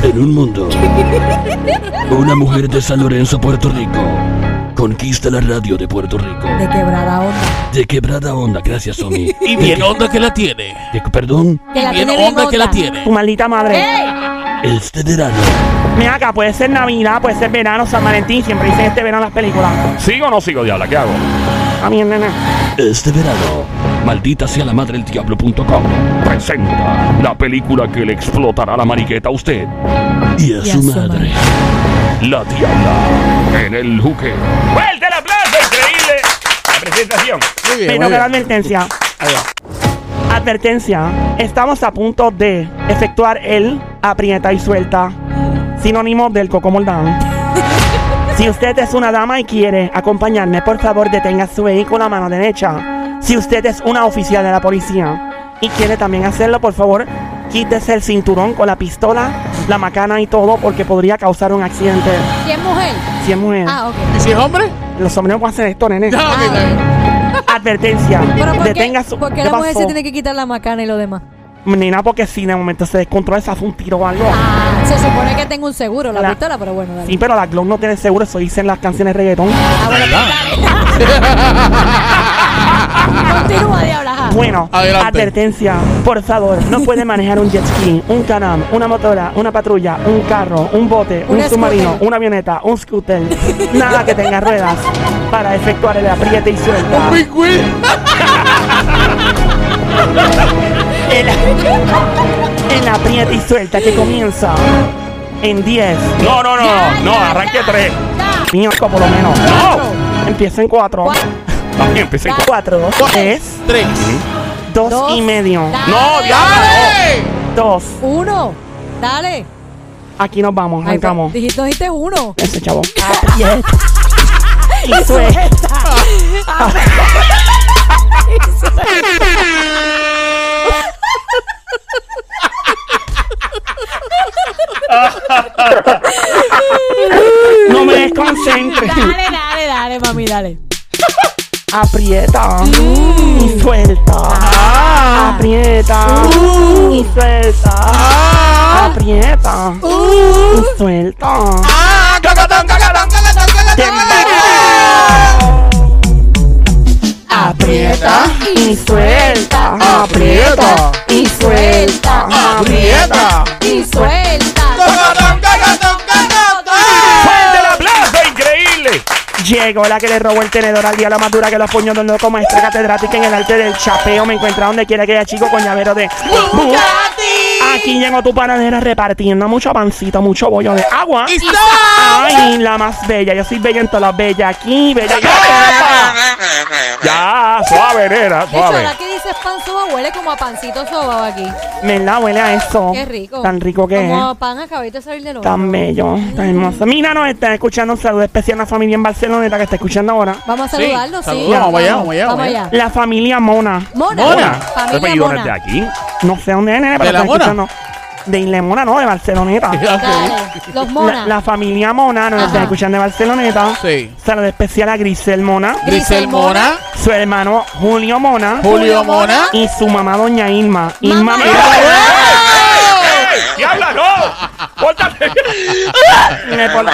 [SPEAKER 7] En un mundo, una mujer de San Lorenzo, Puerto Rico, conquista la radio de Puerto Rico.
[SPEAKER 4] De quebrada onda.
[SPEAKER 7] De quebrada onda, gracias, Omi.
[SPEAKER 8] Y bien onda que la tiene.
[SPEAKER 7] De- perdón,
[SPEAKER 4] Que la
[SPEAKER 8] Bien
[SPEAKER 4] tiene bien
[SPEAKER 8] onda que la
[SPEAKER 4] onda.
[SPEAKER 8] tiene.
[SPEAKER 5] Tu maldita madre.
[SPEAKER 4] ¡Ey!
[SPEAKER 7] este verano,
[SPEAKER 5] Mira acá, puede ser Navidad, puede ser verano, San Valentín. Siempre dicen este verano las películas.
[SPEAKER 1] ¿Sigo o no sigo, diabla? ¿Qué hago?
[SPEAKER 5] A mí, nene.
[SPEAKER 7] este verano, maldita sea la madre del diablo.com
[SPEAKER 1] Oh, Presenta la película que le explotará la mariqueta a usted.
[SPEAKER 7] y a su madre.
[SPEAKER 1] La diabla en el juque. ¡Fuerte el aplauso! ¡Increíble! La presentación.
[SPEAKER 3] Muy bien,
[SPEAKER 5] Pero
[SPEAKER 3] muy
[SPEAKER 5] que la
[SPEAKER 3] bien.
[SPEAKER 5] advertencia.
[SPEAKER 3] Ahí va.
[SPEAKER 5] Advertencia. Estamos a punto de efectuar el aprieta y suelta. Sinónimo del coco moldán. Si usted es una dama y quiere acompañarme, por favor detenga su vehículo a mano derecha. Si usted es una oficial de la policía y quiere también hacerlo, por favor quítese el cinturón con la pistola, la macana y todo porque podría causar un accidente.
[SPEAKER 4] ¿Quién mujer?
[SPEAKER 5] Si es mujer,
[SPEAKER 4] Ah, ok.
[SPEAKER 3] ¿Y si es hombre?
[SPEAKER 5] los hombres no pueden hacer esto, nene.
[SPEAKER 3] Ah, ok, está bien.
[SPEAKER 5] Advertencia.
[SPEAKER 4] Pero ¿por qué,
[SPEAKER 5] Detenga su.
[SPEAKER 4] por qué
[SPEAKER 5] ¿Qué
[SPEAKER 4] la mujer se
[SPEAKER 5] pasó?
[SPEAKER 4] tiene que quitar la macana y lo demás?
[SPEAKER 5] Nena, porque si de momento se descontrola, se hace un tiro o algo.
[SPEAKER 4] Ah, se supone que tengo un seguro, la,
[SPEAKER 5] La-
[SPEAKER 4] pistola, pero bueno, dale.
[SPEAKER 5] Sí, pero la Glock no tiene seguro, eso dicen las canciones de reggaetón.
[SPEAKER 4] Ah, bueno, pues, dale. Continúa, diabla. ajá.
[SPEAKER 5] Bueno,
[SPEAKER 3] Adelante.
[SPEAKER 5] advertencia, por favor, no puede manejar un jet ski, un canam, una motora, una patrulla, un carro, un bote, un
[SPEAKER 4] Una
[SPEAKER 5] submarino,
[SPEAKER 4] scooter.
[SPEAKER 5] una avioneta, un scooter, nada que tenga ruedas para efectuar el apriete y suelta.
[SPEAKER 3] Un pingüín.
[SPEAKER 5] El, el apriete y suelta que comienza en 10,
[SPEAKER 1] No, no, no, no, no, arranque tres.
[SPEAKER 5] 5 por lo menos. Empieza en 4,
[SPEAKER 1] Aquí empecé.
[SPEAKER 5] 4, 3,
[SPEAKER 3] Tres.
[SPEAKER 5] 2 y medio,
[SPEAKER 4] Dale,
[SPEAKER 1] No, diabla,
[SPEAKER 3] ¡Dale!
[SPEAKER 5] 2.
[SPEAKER 4] Uno. Dale.
[SPEAKER 5] Aquí nos vamos,
[SPEAKER 4] Ay, pero
[SPEAKER 5] arrancamos.
[SPEAKER 4] dijiste, dijiste uno.
[SPEAKER 5] Ese chavo. Ah, Y suelta. No me desconcentres.
[SPEAKER 4] Dale, dale, dale, mami, dale.
[SPEAKER 5] Aprieta y suelta.
[SPEAKER 3] Ah,
[SPEAKER 5] Aprieta y suelta.
[SPEAKER 3] ah,
[SPEAKER 5] Aprieta
[SPEAKER 3] uh,
[SPEAKER 5] y suelta.
[SPEAKER 3] ah, cacatán, cacatán, cacatán, cacatán.
[SPEAKER 5] Ah, Aprieta y suelta. Aprieta.
[SPEAKER 4] y suelta.
[SPEAKER 5] ah,
[SPEAKER 3] Aprieta.
[SPEAKER 4] Y suelta.
[SPEAKER 2] Tocotón, cocotón, cocotón.
[SPEAKER 1] ¡Fuerte el aplauso! ¡Increíble!
[SPEAKER 5] Llegó la que le robó el tenedor al diablo madura que los puños donde como maestra catedrática en el arte del chapeo. Me encuentra donde quiera que haya chico con llavero de. Aquí llegó tu panadera repartiendo mucho pancito, mucho bollo de agua.
[SPEAKER 3] Y stop.
[SPEAKER 5] Ay, la más bella. Yo soy bella en todas las bellas. Aquí, bella.
[SPEAKER 3] ¡Ah!
[SPEAKER 1] Ya, suave, nena,
[SPEAKER 4] De hecho,
[SPEAKER 1] suave.
[SPEAKER 4] ahora que dices pan soba, huele como a pancito sobao aquí.
[SPEAKER 5] Me la huele a eso.
[SPEAKER 4] Qué rico.
[SPEAKER 5] Tan rico que
[SPEAKER 4] Como
[SPEAKER 5] es.
[SPEAKER 4] a pan acabadito de salir del horno.
[SPEAKER 5] Tan bello,
[SPEAKER 3] Mm.
[SPEAKER 5] tan hermoso. Mira, nos están escuchando. Un saludo especial a la familia en Barcelona, la que está escuchando ahora.
[SPEAKER 4] Vamos a saludarlo, sí.
[SPEAKER 3] saludos, vamos allá, vamos allá,
[SPEAKER 4] Vamos
[SPEAKER 3] vamos allá.
[SPEAKER 4] allá.
[SPEAKER 5] La familia Mona.
[SPEAKER 4] Mona.
[SPEAKER 3] Mona.
[SPEAKER 1] ¿Te
[SPEAKER 4] Familia
[SPEAKER 1] apellido no es de
[SPEAKER 4] Mona.
[SPEAKER 1] aquí?
[SPEAKER 5] No sé dónde es, nene, pero
[SPEAKER 3] ¿De la
[SPEAKER 5] están
[SPEAKER 3] Mona?
[SPEAKER 5] escuchando. De Isla Mona, no, de Barceloneta.
[SPEAKER 4] Dale. Los
[SPEAKER 5] La,
[SPEAKER 4] Mona.
[SPEAKER 5] la familia Mona, nos
[SPEAKER 4] Ajá.
[SPEAKER 5] están escuchando de Barceloneta.
[SPEAKER 3] Sí.
[SPEAKER 5] Saludo especial a Grisel Mona,
[SPEAKER 3] Grisel Mona,
[SPEAKER 5] su hermano Julio Mona
[SPEAKER 3] Julio Mona.
[SPEAKER 5] y su mamá Doña Irma. Irma,
[SPEAKER 4] Mamá.
[SPEAKER 5] mira,
[SPEAKER 1] ¡Ey! ¡Diabla, no! ¡Pórtate!
[SPEAKER 5] me por- no.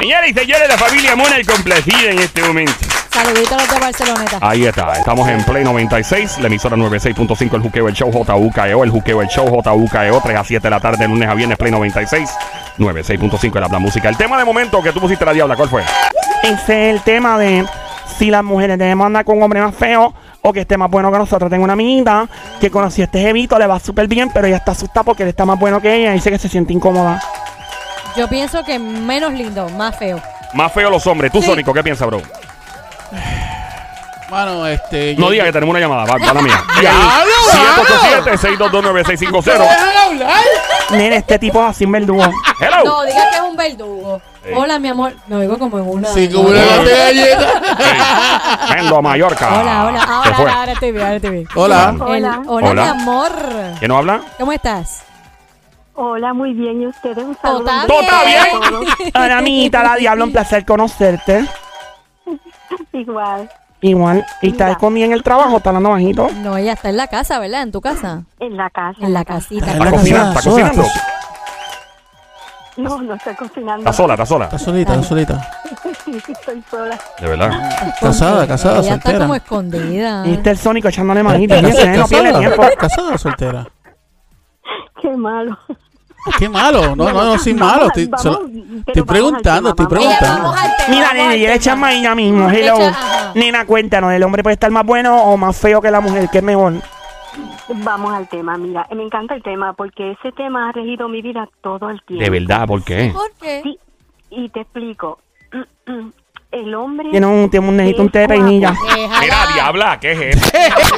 [SPEAKER 1] Señores y señores, la familia Mona, el complacida en este momento.
[SPEAKER 4] Saluditos a los de Barceloneta.
[SPEAKER 5] Ah.
[SPEAKER 1] Ahí está, estamos en Play 96, la emisora 96.5, el Juqueo, el Show, JUKEO, E el Juqueo, el Show, JUKEO, 3 E a 7 de la tarde, lunes a viernes, Play 96, 96.5, el Habla Música. El tema de momento que tú pusiste la diabla, ¿cuál fue?
[SPEAKER 5] Ese es el tema de si las mujeres debemos andar con un hombre más feo o que esté más bueno que nosotros. Tengo una amiguita que conocí a este jevito, le va súper bien, pero ella está asustada porque él está más bueno que ella y dice que se siente incómoda.
[SPEAKER 4] Yo pienso que menos lindo, más feo.
[SPEAKER 1] Más feo los hombres. Tú,
[SPEAKER 4] Sí.
[SPEAKER 1] Sónico, ¿qué piensas, bro?
[SPEAKER 3] Mano, este.
[SPEAKER 1] No
[SPEAKER 3] yo-
[SPEAKER 1] digas que tenemos una llamada, va, va la mía.
[SPEAKER 3] ¡Diablo, diablo!
[SPEAKER 1] 787-622-9650.
[SPEAKER 3] ¡Déjalo hablar!
[SPEAKER 5] Nene, este tipo es así un verdugo.
[SPEAKER 1] Hello.
[SPEAKER 4] No, digas que es un verdugo. Hola, mi amor. Me oigo como en una.
[SPEAKER 3] Sí, como una lata de galleta.
[SPEAKER 1] Vendo a Mallorca.
[SPEAKER 4] Hola, hola.
[SPEAKER 1] Se
[SPEAKER 4] Ahora,
[SPEAKER 1] fue.
[SPEAKER 4] ahora, ahora estoy bien, ahora estoy bien.
[SPEAKER 3] Hola.
[SPEAKER 4] Hola. hola,
[SPEAKER 1] Hola.
[SPEAKER 4] mi amor.
[SPEAKER 1] ¿Quién nos habla?
[SPEAKER 4] ¿Cómo estás?
[SPEAKER 9] Hola, muy bien. ¿Y ustedes? Un
[SPEAKER 4] ¿Todo
[SPEAKER 9] saludo.
[SPEAKER 4] está
[SPEAKER 1] ¿Todo está
[SPEAKER 5] Hola, amiguita, la diablo, un placer conocerte.
[SPEAKER 9] Igual.
[SPEAKER 5] Igual, y está
[SPEAKER 9] Mira.
[SPEAKER 5] escondida en el trabajo, está hablando bajito.
[SPEAKER 4] No, ella está en la casa, ¿verdad? En tu casa.
[SPEAKER 9] En la casa.
[SPEAKER 4] En la casita.
[SPEAKER 3] En
[SPEAKER 1] ¿Está
[SPEAKER 3] la
[SPEAKER 4] casa.
[SPEAKER 1] cocinando?
[SPEAKER 3] casa,
[SPEAKER 1] ¿Está
[SPEAKER 3] sola,
[SPEAKER 1] cocinando?
[SPEAKER 3] está
[SPEAKER 9] No, no estoy cocinando.
[SPEAKER 1] Está sola, está sola.
[SPEAKER 3] Está solita, está solita.
[SPEAKER 9] Sí, estoy sola.
[SPEAKER 1] De verdad.
[SPEAKER 3] Casada, casada,
[SPEAKER 4] Ella está
[SPEAKER 3] soltera.
[SPEAKER 4] como escondida.
[SPEAKER 5] Y está el Sónico echándole
[SPEAKER 3] Este,
[SPEAKER 5] manita. Mira, ese nene no pierde tiempo.
[SPEAKER 3] ¿Casada? este, ¿Casada o soltera?
[SPEAKER 9] Qué malo.
[SPEAKER 3] Qué malo. No, no, no, sí,
[SPEAKER 9] Vamos
[SPEAKER 3] malo.
[SPEAKER 9] al-
[SPEAKER 3] Estoy,
[SPEAKER 9] vamos-
[SPEAKER 3] solo-
[SPEAKER 9] pero
[SPEAKER 3] estoy
[SPEAKER 9] vamos
[SPEAKER 3] preguntando,
[SPEAKER 9] al
[SPEAKER 3] estoy
[SPEAKER 9] tema,
[SPEAKER 4] Ella,
[SPEAKER 3] preguntando.
[SPEAKER 4] vamos al tema,
[SPEAKER 5] Mira,
[SPEAKER 4] vamos
[SPEAKER 5] nene,
[SPEAKER 4] al
[SPEAKER 5] ya le
[SPEAKER 4] tema.
[SPEAKER 5] echan maíz ya mismo.
[SPEAKER 4] Le
[SPEAKER 5] Hello.
[SPEAKER 4] echa- ajá.
[SPEAKER 5] Nena, cuéntanos, ¿el hombre puede estar más bueno o más feo que la mujer? ¿Qué es mejor?
[SPEAKER 9] Vamos al tema, mira. Me encanta el tema porque ese tema ha regido mi vida todo el tiempo.
[SPEAKER 1] De verdad, ¿por qué?
[SPEAKER 4] ¿Por qué?
[SPEAKER 9] Sí, y te explico. El hombre...
[SPEAKER 5] Tiene un, tiene un nejito, un té de
[SPEAKER 9] Guapo.
[SPEAKER 5] peinilla.
[SPEAKER 4] Déjala.
[SPEAKER 1] Mira, diabla, ¿qué es eso?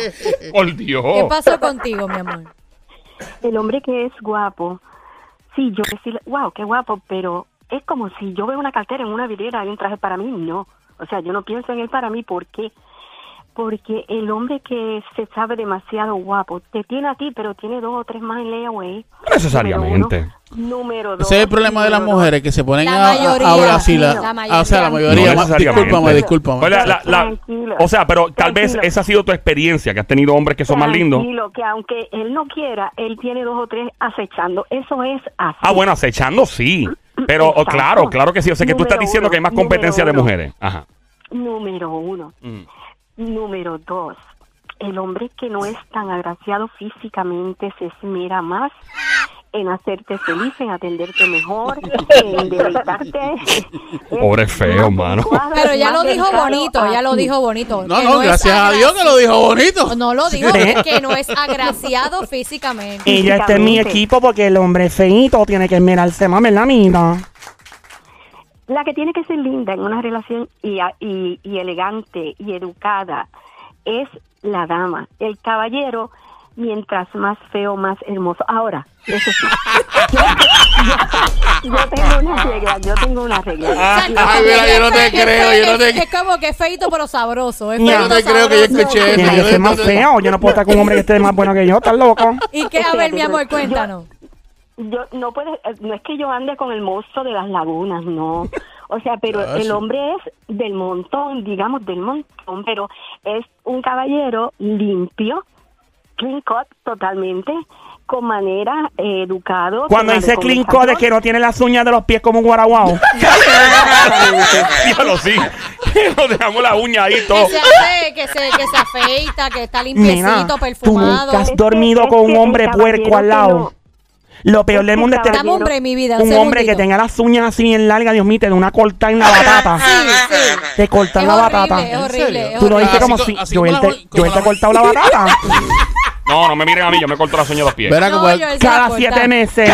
[SPEAKER 1] Por
[SPEAKER 4] ¿Qué
[SPEAKER 1] Dios.
[SPEAKER 4] pasó contigo, mi amor?
[SPEAKER 9] El hombre que es guapo, sí, yo decir, wow, qué guapo, pero es como si yo veo una cartera en una vidriera y un traje para mí, no. O sea, yo no pienso en él para mí, ¿por qué? Porque el hombre que se sabe demasiado guapo, te tiene a ti, pero tiene dos o tres más en layaway.
[SPEAKER 1] No necesariamente.
[SPEAKER 9] Número uno. Número dos.
[SPEAKER 3] Ese es el problema de las
[SPEAKER 9] número
[SPEAKER 3] mujeres que se ponen
[SPEAKER 4] La
[SPEAKER 3] a, a,
[SPEAKER 4] mayoría,
[SPEAKER 3] a brasilar.
[SPEAKER 4] la
[SPEAKER 3] Ah, o sea, la
[SPEAKER 4] mayoría.
[SPEAKER 3] mayoría.
[SPEAKER 1] No
[SPEAKER 3] ma-
[SPEAKER 1] necesariamente.
[SPEAKER 3] discúlpame, discúlpame.
[SPEAKER 1] Pues la- la- la-
[SPEAKER 9] Tranquilo.
[SPEAKER 1] o sea, pero tal vez
[SPEAKER 9] Tranquilo.
[SPEAKER 1] esa ha sido tu experiencia, que has tenido hombres que son más lindos.
[SPEAKER 9] Tranquilo, que aunque él no quiera, él tiene dos o tres acechando. Eso es así.
[SPEAKER 1] Ah, bueno, acechando sí. Pero oh,
[SPEAKER 9] Exacto.
[SPEAKER 1] claro, claro que sí. O sea, que tú estás
[SPEAKER 9] Número
[SPEAKER 1] diciendo
[SPEAKER 9] uno,
[SPEAKER 1] que hay más competencia de
[SPEAKER 9] número uno.
[SPEAKER 1] mujeres. Ajá.
[SPEAKER 9] Número uno.
[SPEAKER 1] Mm.
[SPEAKER 9] Número dos, el hombre que no es tan agraciado físicamente se esmera más en hacerte feliz, en atenderte mejor, en deleitarte.
[SPEAKER 1] Pobre feo, mano.
[SPEAKER 4] Pero ya lo dijo
[SPEAKER 9] dedicado
[SPEAKER 4] bonito,
[SPEAKER 9] a
[SPEAKER 4] ya lo
[SPEAKER 9] ti.
[SPEAKER 4] dijo bonito.
[SPEAKER 3] No,
[SPEAKER 4] que
[SPEAKER 3] no,
[SPEAKER 4] es
[SPEAKER 3] gracias a
[SPEAKER 4] agra-
[SPEAKER 3] Dios que lo dijo bonito.
[SPEAKER 4] No lo digo,
[SPEAKER 5] Sí.
[SPEAKER 4] que no es agraciado físicamente.
[SPEAKER 5] Ella está en mi
[SPEAKER 9] físicamente.
[SPEAKER 5] equipo porque el hombre feíto tiene que esmerarse más, ¿verdad, amiguita?
[SPEAKER 9] La que tiene que ser linda en una relación y, a- y- y elegante y educada es la dama. El caballero, mientras más feo, más hermoso. Ahora, eso sí. yo, yo tengo una regla, yo tengo una regla.
[SPEAKER 4] O sea, no,
[SPEAKER 3] Ay, mira, yo no te
[SPEAKER 4] es que-
[SPEAKER 3] creo, yo no te-
[SPEAKER 4] Es como que es feito pero sabroso. es
[SPEAKER 5] Yo
[SPEAKER 3] Yo
[SPEAKER 4] feíto,
[SPEAKER 3] no te creo que yo
[SPEAKER 4] sabroso.
[SPEAKER 3] escuché eso. yo
[SPEAKER 5] Tiene que
[SPEAKER 3] no-
[SPEAKER 5] ser más
[SPEAKER 3] no-
[SPEAKER 5] feo. Yo no puedo estar con un hombre que esté más bueno que yo. ¿Estás loco?
[SPEAKER 4] ¿Y qué? A ver, mi amor, cuéntanos.
[SPEAKER 9] Yo no puede, eh, no es que yo ande con el monstruo de las lagunas, no. O sea, pero
[SPEAKER 3] Ya, sí.
[SPEAKER 9] el hombre es del montón, digamos del montón, pero es un caballero limpio, clean cut totalmente, con manera, eh, educado.
[SPEAKER 5] Cuando
[SPEAKER 9] tema de
[SPEAKER 5] dice clean cut es que no tiene las uñas de los pies como un guaraguao.
[SPEAKER 1] Diablo, sí. Nos dejamos la uña ahí todo.
[SPEAKER 4] Que se, hace, que, se, que se afeita, que está
[SPEAKER 5] Nena,
[SPEAKER 4] limpiecito,
[SPEAKER 5] tú nunca
[SPEAKER 4] perfumado. Este
[SPEAKER 5] has
[SPEAKER 9] que-
[SPEAKER 5] dormido
[SPEAKER 9] es
[SPEAKER 5] con un
[SPEAKER 9] que el
[SPEAKER 5] hombre puerco al lado.
[SPEAKER 9] caballero
[SPEAKER 5] Lo peor del mundo es tener
[SPEAKER 4] Dame hombre, mi vida.
[SPEAKER 5] un hombre que
[SPEAKER 4] segundito.
[SPEAKER 5] tenga las uñas así bien largas, Dios mío, te da una cortada en la batata.
[SPEAKER 4] Sí, sí.
[SPEAKER 5] Te cortan
[SPEAKER 4] Es
[SPEAKER 5] la
[SPEAKER 4] horrible,
[SPEAKER 5] batata.
[SPEAKER 4] es horrible, es
[SPEAKER 5] Tú lo
[SPEAKER 4] horrible.
[SPEAKER 8] Así
[SPEAKER 5] dices como
[SPEAKER 8] co-
[SPEAKER 5] si
[SPEAKER 8] así
[SPEAKER 5] yo
[SPEAKER 8] como la-
[SPEAKER 5] te
[SPEAKER 8] como
[SPEAKER 5] yo te he
[SPEAKER 8] la-
[SPEAKER 5] cortado la batata
[SPEAKER 1] No, no me miren a mí, yo me corto las uñas de los pies.
[SPEAKER 3] Verá
[SPEAKER 4] No,
[SPEAKER 3] como
[SPEAKER 4] yo él se la
[SPEAKER 5] cada
[SPEAKER 4] corta.
[SPEAKER 5] siete meses.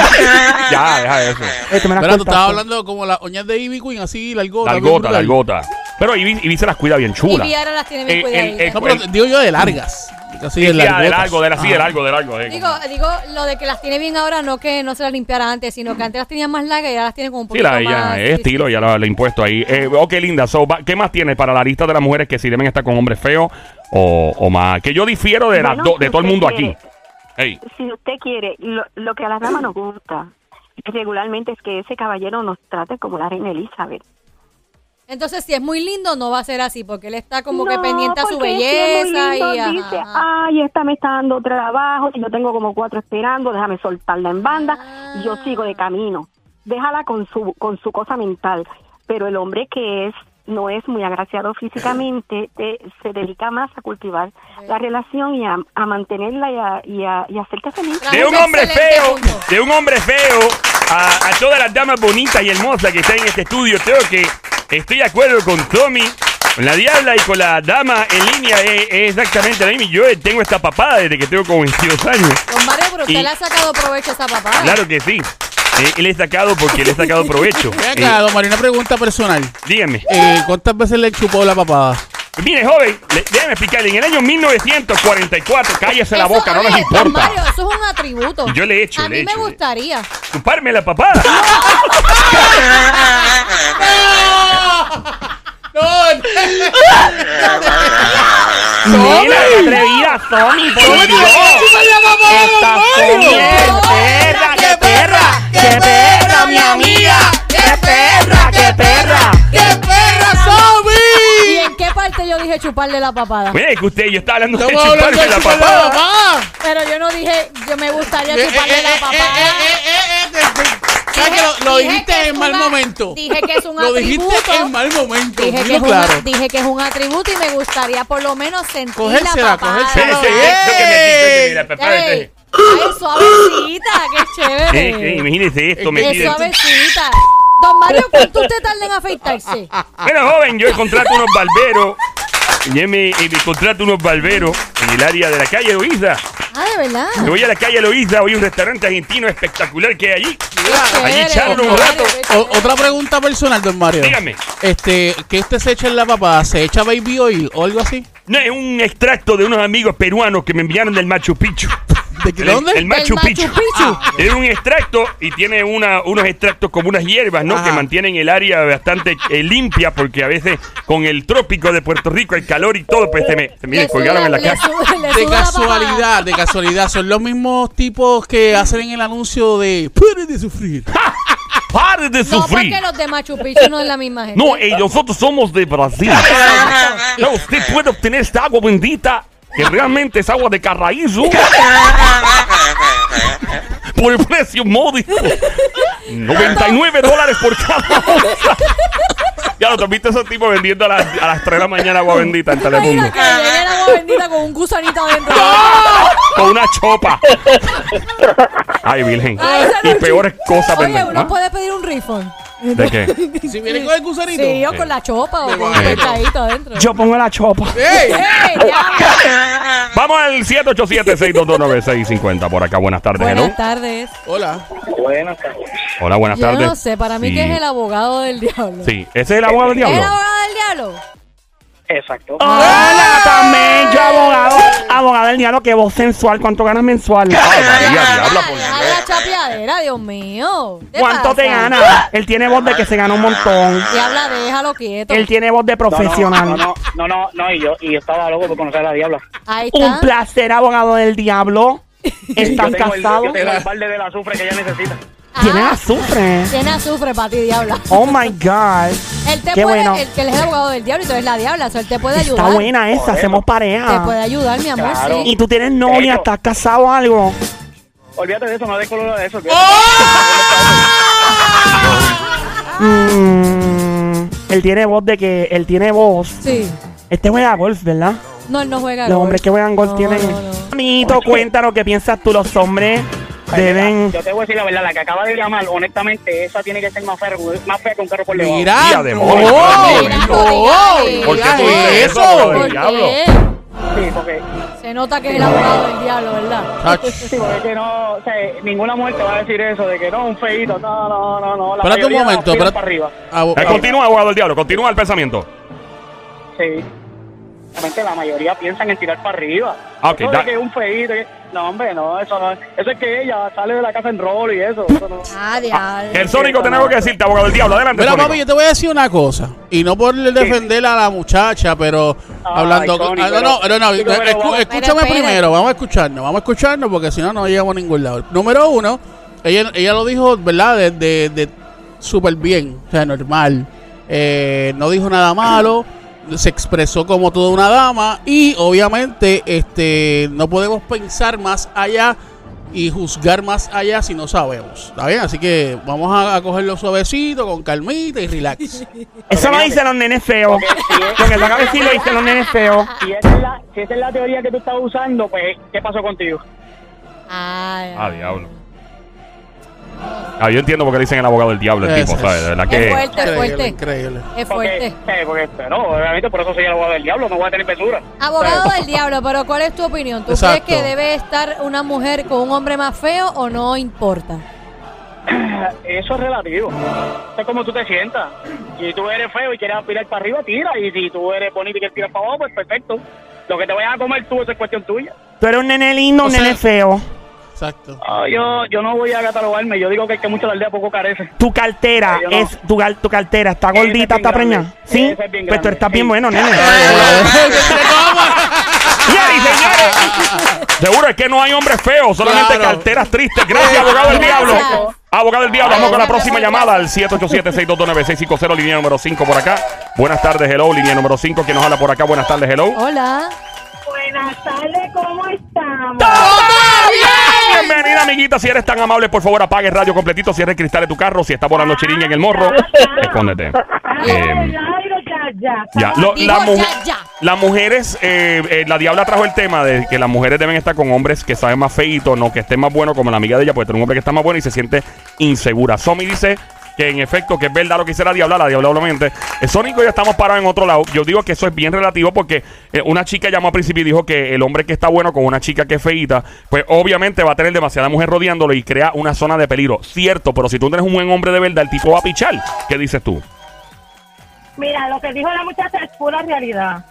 [SPEAKER 1] Ya, deja eso.
[SPEAKER 5] Eh, tú me las
[SPEAKER 8] Espera, tú
[SPEAKER 5] cortaste.
[SPEAKER 8] estabas hablando como las uñas de Ivy Queen, así, largota.
[SPEAKER 1] La
[SPEAKER 8] bien
[SPEAKER 1] gota,
[SPEAKER 8] brutal.
[SPEAKER 1] la gota. Pero Ivy, Ivy se las cuida bien
[SPEAKER 4] Y
[SPEAKER 1] chulas.
[SPEAKER 4] Viara las tiene bien
[SPEAKER 1] Eh,
[SPEAKER 4] cuidaditas.
[SPEAKER 1] el- el-
[SPEAKER 8] No, pero digo yo de largas. Así,
[SPEAKER 1] Sí,
[SPEAKER 8] de
[SPEAKER 1] ya, de
[SPEAKER 8] largotas.
[SPEAKER 1] largo, de la, sí, de
[SPEAKER 8] Ajá.
[SPEAKER 1] largo, de largo. eh.
[SPEAKER 4] Digo, digo, lo de que las tiene bien ahora no que no se las limpiara antes, sino que antes las tenía más largas y ahora las tiene como un
[SPEAKER 1] Sí,
[SPEAKER 4] poquito
[SPEAKER 1] la,
[SPEAKER 4] más. este,
[SPEAKER 1] ya, es
[SPEAKER 4] sí, sí.
[SPEAKER 1] estilo, ya la- la he impuesto ahí. Eh, ok, linda. So, va- ¿Qué más tienes para la lista de las mujeres que si deben estar con hombres feos o, o más? Que yo difiero de, las
[SPEAKER 9] Bueno,
[SPEAKER 1] do- de
[SPEAKER 9] si
[SPEAKER 1] todo el
[SPEAKER 9] usted
[SPEAKER 1] mundo
[SPEAKER 9] quiere.
[SPEAKER 1] aquí. Ey,
[SPEAKER 9] si usted quiere, lo, lo que a las damas nos gusta regularmente es que ese caballero nos trate como la reina Elizabeth.
[SPEAKER 4] Entonces, si es muy lindo, no va a ser así, porque él está como que
[SPEAKER 9] No,
[SPEAKER 4] pendiente a su
[SPEAKER 9] porque si es muy
[SPEAKER 4] belleza
[SPEAKER 9] lindo,
[SPEAKER 4] y. ajá,
[SPEAKER 9] dice,
[SPEAKER 4] ajá.
[SPEAKER 9] ay, esta me está dando trabajo, yo tengo como cuatro esperando, déjame soltarla en banda y yo sigo de camino. Déjala con su con su cosa mental, pero el hombre que es no es muy agraciado físicamente, te- se dedica más a cultivar la relación y a, a mantenerla y a, y, a- y a hacerte feliz.
[SPEAKER 4] Trajo
[SPEAKER 1] de un hombre
[SPEAKER 4] excelente
[SPEAKER 1] feo,
[SPEAKER 4] punto.
[SPEAKER 1] de un hombre feo a, a todas las damas bonitas y hermosas que están en este estudio. Creo que estoy de acuerdo con Tommy, con la diabla y con la dama en línea. Es, es exactamente la misma. Yo tengo esta papada desde que tengo como 22 años.
[SPEAKER 4] Don Mario, pero usted
[SPEAKER 1] Y-
[SPEAKER 4] le ha sacado provecho a esa papá.
[SPEAKER 1] Claro que sí. Eh, le he sacado porque le he sacado provecho.
[SPEAKER 8] Ven
[SPEAKER 1] Eh,
[SPEAKER 8] acá, don Mario, una pregunta personal.
[SPEAKER 1] dígame.
[SPEAKER 8] Eh, ¿Cuántas veces le chupó la papada?
[SPEAKER 1] Mire, joven, le- déjame explicarle. En el año 1944, cállese la
[SPEAKER 4] Eso-
[SPEAKER 1] boca, no
[SPEAKER 4] oye,
[SPEAKER 1] les
[SPEAKER 4] Don Mario,
[SPEAKER 1] importa.
[SPEAKER 4] eso es un atributo.
[SPEAKER 1] Yo le he hecho,
[SPEAKER 4] A
[SPEAKER 1] le he
[SPEAKER 4] mí me
[SPEAKER 1] hecho, le-
[SPEAKER 4] gustaría.
[SPEAKER 1] Chuparme la papada. Mira, qué atrevida, Tommy, por Dios.
[SPEAKER 5] Estás bien, perra, qué perra, qué perra, mi amiga, qué perra, qué perra.
[SPEAKER 3] ¡Qué perra, Sobi!
[SPEAKER 4] ¿Y en qué parte yo dije chuparle la papada?
[SPEAKER 1] Mira, es que usted, yo estaba hablando de
[SPEAKER 3] Estamos hablando
[SPEAKER 1] chuparme
[SPEAKER 3] de
[SPEAKER 1] la
[SPEAKER 3] chuparle la
[SPEAKER 1] papada.
[SPEAKER 3] papada.
[SPEAKER 4] Pero yo no dije, yo me gustaría
[SPEAKER 3] Eh, eh,
[SPEAKER 4] chuparle
[SPEAKER 3] eh,
[SPEAKER 4] la
[SPEAKER 3] eh, eh,
[SPEAKER 4] papada.
[SPEAKER 3] eh, eh, eh, te- te- ¿Sabes que lo, lo
[SPEAKER 4] Dije que
[SPEAKER 3] dijiste
[SPEAKER 4] es
[SPEAKER 3] en mal
[SPEAKER 4] una-
[SPEAKER 3] momento?
[SPEAKER 4] dije que es un
[SPEAKER 8] Lo dijiste
[SPEAKER 4] atributo.
[SPEAKER 8] en mal momento.
[SPEAKER 4] Dije que,
[SPEAKER 8] dilo
[SPEAKER 4] es un-
[SPEAKER 8] claro.
[SPEAKER 4] dije que es un atributo y me gustaría por lo menos sentir
[SPEAKER 8] Cogérsela,
[SPEAKER 4] la papada.
[SPEAKER 1] Sí, sí,
[SPEAKER 8] cogérsela.
[SPEAKER 1] sí, eh. creo que me- creo que me la papada
[SPEAKER 4] Ey,
[SPEAKER 1] está-
[SPEAKER 4] ay, suavecita, qué
[SPEAKER 1] Eh,
[SPEAKER 4] chévere.
[SPEAKER 1] eh, Imagínese esto, me
[SPEAKER 4] Qué
[SPEAKER 1] pide.
[SPEAKER 4] suavecita. Don Mario, ¿cuánto usted tarda en afeitarse?
[SPEAKER 1] Mira, joven, yo contrato unos barberos. Yo me, eh, me contrato unos barberos en el área de la calle Loiza.
[SPEAKER 4] Ah, de verdad.
[SPEAKER 1] Me voy a la calle Loiza, voy a un restaurante argentino espectacular que hay allí.
[SPEAKER 4] Qué
[SPEAKER 1] Allí
[SPEAKER 4] chévere,
[SPEAKER 1] echaron
[SPEAKER 4] don
[SPEAKER 1] un
[SPEAKER 4] Mario,
[SPEAKER 1] rato.
[SPEAKER 4] qué
[SPEAKER 8] O-
[SPEAKER 4] chévere.
[SPEAKER 8] otra pregunta personal, don Mario.
[SPEAKER 1] Dígame.
[SPEAKER 8] Este, ¿qué usted se echa en la papada? ¿Se echa baby oil o algo así?
[SPEAKER 1] No, es un extracto de unos amigos peruanos que me enviaron del Machu Picchu.
[SPEAKER 8] ¿De qué-
[SPEAKER 1] El-
[SPEAKER 8] dónde?
[SPEAKER 1] El Machu
[SPEAKER 4] Del Machu
[SPEAKER 1] Picchu.
[SPEAKER 4] Picchu.
[SPEAKER 1] Ah, es un extracto y tiene una, unos extractos como unas hierbas, ¿no?
[SPEAKER 8] Ajá.
[SPEAKER 1] Que mantienen el área bastante eh, limpia porque a veces con el trópico de Puerto Rico, el calor y todo, pues se me, se- mire,
[SPEAKER 4] Le
[SPEAKER 1] colgaron en
[SPEAKER 4] suda-
[SPEAKER 1] la
[SPEAKER 4] le
[SPEAKER 1] casa.
[SPEAKER 4] suda- le
[SPEAKER 8] De
[SPEAKER 4] suda la papada.
[SPEAKER 8] casualidad, de casualidad. Son los mismos tipos que hacen en el anuncio de Pare de sufrir.
[SPEAKER 1] ¡Pare de
[SPEAKER 4] No,
[SPEAKER 1] sufrir!
[SPEAKER 4] porque los de Machu Picchu no es la misma gente.
[SPEAKER 1] No, eh, nosotros somos de Brasil. No, usted puede obtener esta agua bendita, que realmente es agua de carraízo. Por el precio módico. 99 dólares por cada onza. Ya lo viste a esos tipos vendiendo a las, a las 3 de la mañana agua bendita en Telemundo.
[SPEAKER 4] Mira que llegue la agua bendita con un gusanito adentro. Ah,
[SPEAKER 1] Con una chopa. Ay, virgen.
[SPEAKER 4] Ay, esa no
[SPEAKER 1] Y
[SPEAKER 4] es
[SPEAKER 1] peores
[SPEAKER 4] chiste.
[SPEAKER 1] cosas
[SPEAKER 4] Oye,
[SPEAKER 1] venden,
[SPEAKER 4] uno
[SPEAKER 1] ¿ah?
[SPEAKER 4] puede pedir un refund.
[SPEAKER 1] ¿De qué?
[SPEAKER 8] Si viene con el gusanito.
[SPEAKER 4] Sí, o con la chopa o con un pescadito adentro.
[SPEAKER 5] Yo pongo la chopa.
[SPEAKER 8] ¡Ey!
[SPEAKER 4] ¡Ey, ya!
[SPEAKER 1] Vamos al 787-622-9650 por acá. Buenas tardes, hello.
[SPEAKER 4] Buenas tardes.
[SPEAKER 8] Hola.
[SPEAKER 6] Buenas tardes.
[SPEAKER 1] Hola, buenas
[SPEAKER 4] Yo
[SPEAKER 1] tardes.
[SPEAKER 4] no sé, para mí
[SPEAKER 1] Sí.
[SPEAKER 4] que es el abogado del diablo.
[SPEAKER 1] Sí, ese es el abogado del
[SPEAKER 4] ¿Es
[SPEAKER 1] diablo.
[SPEAKER 4] el abogado del diablo?
[SPEAKER 6] Exacto.
[SPEAKER 8] ¡Ah!
[SPEAKER 5] Hola, también yo abogado, abogado del diablo, que voz sensual, ¿cuánto ganas mensual?
[SPEAKER 1] Ay, María,
[SPEAKER 4] Ah,
[SPEAKER 1] diabla, por
[SPEAKER 4] deja la chapeadera, Dios mío. ¿Te
[SPEAKER 5] ¿Cuánto
[SPEAKER 4] pasa?
[SPEAKER 5] te gana? Él tiene voz de que se gana un montón.
[SPEAKER 4] Diabla, déjalo quieto.
[SPEAKER 5] Él tiene voz de
[SPEAKER 6] No, No,
[SPEAKER 5] profesional.
[SPEAKER 6] no, no, no, no, y yo, y yo estaba loco por conocer a la diabla.
[SPEAKER 4] Ahí está.
[SPEAKER 5] Un placer, abogado del diablo.
[SPEAKER 6] Yo
[SPEAKER 5] Están
[SPEAKER 6] tengo el, yo
[SPEAKER 5] casados.
[SPEAKER 6] tengo el balde del azufre que ella necesita.
[SPEAKER 4] Ah,
[SPEAKER 5] Tiene azufre.
[SPEAKER 4] Tiene azufre para ti, diabla.
[SPEAKER 5] Oh my God.
[SPEAKER 4] Él te
[SPEAKER 5] Qué
[SPEAKER 4] puede,
[SPEAKER 5] bueno.
[SPEAKER 4] él, que él es el abogado del diablo y tú eres la diabla, o sea, él te puede ayudar.
[SPEAKER 5] Está buena esa, hacemos
[SPEAKER 4] Te puede
[SPEAKER 5] pareja.
[SPEAKER 4] ayudar, mi amor,
[SPEAKER 6] Claro.
[SPEAKER 4] sí.
[SPEAKER 5] Y tú tienes novia,
[SPEAKER 6] Eso.
[SPEAKER 5] estás casado o algo.
[SPEAKER 6] Olvídate de eso, no de color
[SPEAKER 3] ¡Oh!
[SPEAKER 6] de eso. olvídate.
[SPEAKER 5] Mm, Él tiene voz de que. Él tiene voz.
[SPEAKER 4] Sí.
[SPEAKER 5] Este juega golf, ¿verdad?
[SPEAKER 4] No, él no juega
[SPEAKER 5] Los
[SPEAKER 4] golf.
[SPEAKER 5] hombres que juegan golf
[SPEAKER 4] No,
[SPEAKER 5] tienen.
[SPEAKER 4] no, no.
[SPEAKER 5] Amiguito, cuéntanos qué piensas tú. Los hombres
[SPEAKER 6] Pues mira,
[SPEAKER 5] deben.
[SPEAKER 6] Yo te voy a decir la verdad, la que acaba de llamar, honestamente, esa tiene que ser más fea, más fea que un carro por debajo.
[SPEAKER 4] Ah,
[SPEAKER 3] Mira,
[SPEAKER 1] Tía de mola,
[SPEAKER 3] no,
[SPEAKER 1] mira,
[SPEAKER 3] no,
[SPEAKER 4] mira,
[SPEAKER 1] ¿Por qué
[SPEAKER 3] diga
[SPEAKER 1] tú dices eso?
[SPEAKER 3] eso.
[SPEAKER 1] bro?
[SPEAKER 4] ¿Por
[SPEAKER 1] diablo.
[SPEAKER 4] qué?
[SPEAKER 6] Sí, porque,
[SPEAKER 4] Se nota que es el abogado del diablo, ¿verdad?
[SPEAKER 3] Ach,
[SPEAKER 6] sí, porque es que no, o sea, ninguna mujer te va a decir eso, de que no, un feito, no, no, no, no. la
[SPEAKER 3] Espérate un
[SPEAKER 6] mayoría
[SPEAKER 3] momento,
[SPEAKER 6] aspiran
[SPEAKER 3] espérate.
[SPEAKER 6] para arriba.
[SPEAKER 3] ah, bo-
[SPEAKER 1] Eh,
[SPEAKER 3] ah,
[SPEAKER 1] continúa, abogado del diablo, continúa el pensamiento.
[SPEAKER 6] Sí. Realmente la mayoría piensan en tirar para arriba.
[SPEAKER 1] Ah, ok,
[SPEAKER 6] Eso
[SPEAKER 1] da-
[SPEAKER 6] de que un feito, que- no, hombre, no, eso no. Eso es que ella sale de la casa en rol y eso, eso no.
[SPEAKER 4] Ah, diablo.
[SPEAKER 1] El Sónico tiene algo que decirte, abogado del diablo. Adelante,
[SPEAKER 3] Mira,
[SPEAKER 1] Sónico.
[SPEAKER 3] papi, yo te voy a decir una cosa. Y no por defender a la muchacha, pero
[SPEAKER 6] Ay,
[SPEAKER 3] hablando.
[SPEAKER 6] Tony,
[SPEAKER 3] ah, no, no, no,
[SPEAKER 6] pero-
[SPEAKER 3] no,
[SPEAKER 6] Chico, pero
[SPEAKER 3] escu-
[SPEAKER 6] vamos-
[SPEAKER 3] escúchame
[SPEAKER 4] Espera, espera.
[SPEAKER 3] primero. Vamos a escucharnos, vamos a escucharnos porque si no, no llegamos a ningún lado. Número uno, ella, ella lo dijo, ¿verdad? De, de, de súper bien, o sea, normal. Eh, no dijo nada malo. Se expresó como toda una dama. Y obviamente, este no podemos pensar más allá y juzgar más allá si no sabemos. ¿Está bien? Así que vamos a, a cogerlo suavecito, con calmita y relax.
[SPEAKER 5] Eso lo dicen los nenes feos. Lo que te acabo de decir lo dicen los nenes feos.
[SPEAKER 6] Si esa, es la, si esa es la teoría que tú estás usando, pues, ¿qué pasó contigo?
[SPEAKER 4] Ah,
[SPEAKER 1] Ah, diablo. Ah, yo entiendo por qué le dicen el abogado del diablo, el tipo,
[SPEAKER 3] Eso es.
[SPEAKER 1] ¿sabes? De verdad
[SPEAKER 4] Es
[SPEAKER 1] que.
[SPEAKER 4] fuerte, es
[SPEAKER 3] Increíble,
[SPEAKER 4] fuerte.
[SPEAKER 3] increíble.
[SPEAKER 4] Es
[SPEAKER 6] Porque,
[SPEAKER 4] fuerte.
[SPEAKER 6] eh, porque, no, obviamente por eso soy el abogado del diablo, no voy a tener pesura.
[SPEAKER 4] Abogado del diablo, pero ¿cuál es tu opinión? ¿Tú
[SPEAKER 3] Exacto.
[SPEAKER 4] crees que debe estar una mujer con un hombre más feo o no importa?
[SPEAKER 6] Eso es relativo. Eso es como tú te sientas. Si tú eres feo y quieres aspirar para arriba, tira. Y si tú eres bonito y quieres tirar para abajo, pues perfecto. Lo que te vayas a comer tú, eso es cuestión tuya.
[SPEAKER 5] Tú eres un nene lindo,
[SPEAKER 3] O
[SPEAKER 5] un
[SPEAKER 3] sea-
[SPEAKER 5] nene feo.
[SPEAKER 3] Exacto.
[SPEAKER 6] Ah, yo, yo no voy a catalogarme. Yo digo que el que mucho la aldea poco carece.
[SPEAKER 5] Tu cartera
[SPEAKER 6] Yo no.
[SPEAKER 5] es tu, gal- tu cartera está
[SPEAKER 6] Ese es
[SPEAKER 5] gordita,
[SPEAKER 6] bien
[SPEAKER 5] está
[SPEAKER 6] grande.
[SPEAKER 5] preñada. Sí,
[SPEAKER 6] Ese es bien
[SPEAKER 5] pues tú
[SPEAKER 6] grande.
[SPEAKER 5] estás bien
[SPEAKER 6] Sí.
[SPEAKER 5] bueno, nene.
[SPEAKER 1] Señores y señores, seguro es que no hay hombres feos, solamente
[SPEAKER 3] Claro.
[SPEAKER 1] carteras tristes. Gracias, abogado del
[SPEAKER 4] Eh, Gracias.
[SPEAKER 1] diablo. Abogado del diablo, vamos con la
[SPEAKER 4] Gracias,
[SPEAKER 1] próxima
[SPEAKER 4] gracias.
[SPEAKER 1] llamada al 787-622-9650, línea número 5 por acá. Buenas tardes, hello, línea número 5, ¿quién nos habla por acá? Buenas tardes, hello.
[SPEAKER 4] Hola.
[SPEAKER 10] Buenas tardes, ¿cómo estamos?
[SPEAKER 1] Bienvenida, amiguita. Si eres tan amable, por favor, apague el radio completito. Cierre el cristal de tu carro. Si está volando chiringa en el morro, escóndete. Eh,
[SPEAKER 10] ya, ya.
[SPEAKER 1] ya, lo-
[SPEAKER 4] Digo
[SPEAKER 1] la mujer-
[SPEAKER 4] ya, ya.
[SPEAKER 1] Las mujeres, eh, eh, la diabla trajo el tema de que las mujeres deben estar con hombres que saben más feito, no que estén más buenos, como la amiga de ella, puede tener un hombre que está más bueno y se siente insegura. Somi dice que en efecto, que es verdad lo que dice la diabla, la diabla obviamente. Eh, Sónico y yo estamos parados en otro lado. Yo digo que eso es bien relativo porque eh, una chica llamó al principio y dijo que el hombre que está bueno con una chica que es feita, pues obviamente va a tener demasiada mujer rodeándolo y crea una zona de peligro. Cierto, pero si tú tienes un buen hombre de verdad, el tipo va a pichar. ¿Qué dices tú?
[SPEAKER 10] Mira, lo que dijo la muchacha es pura realidad.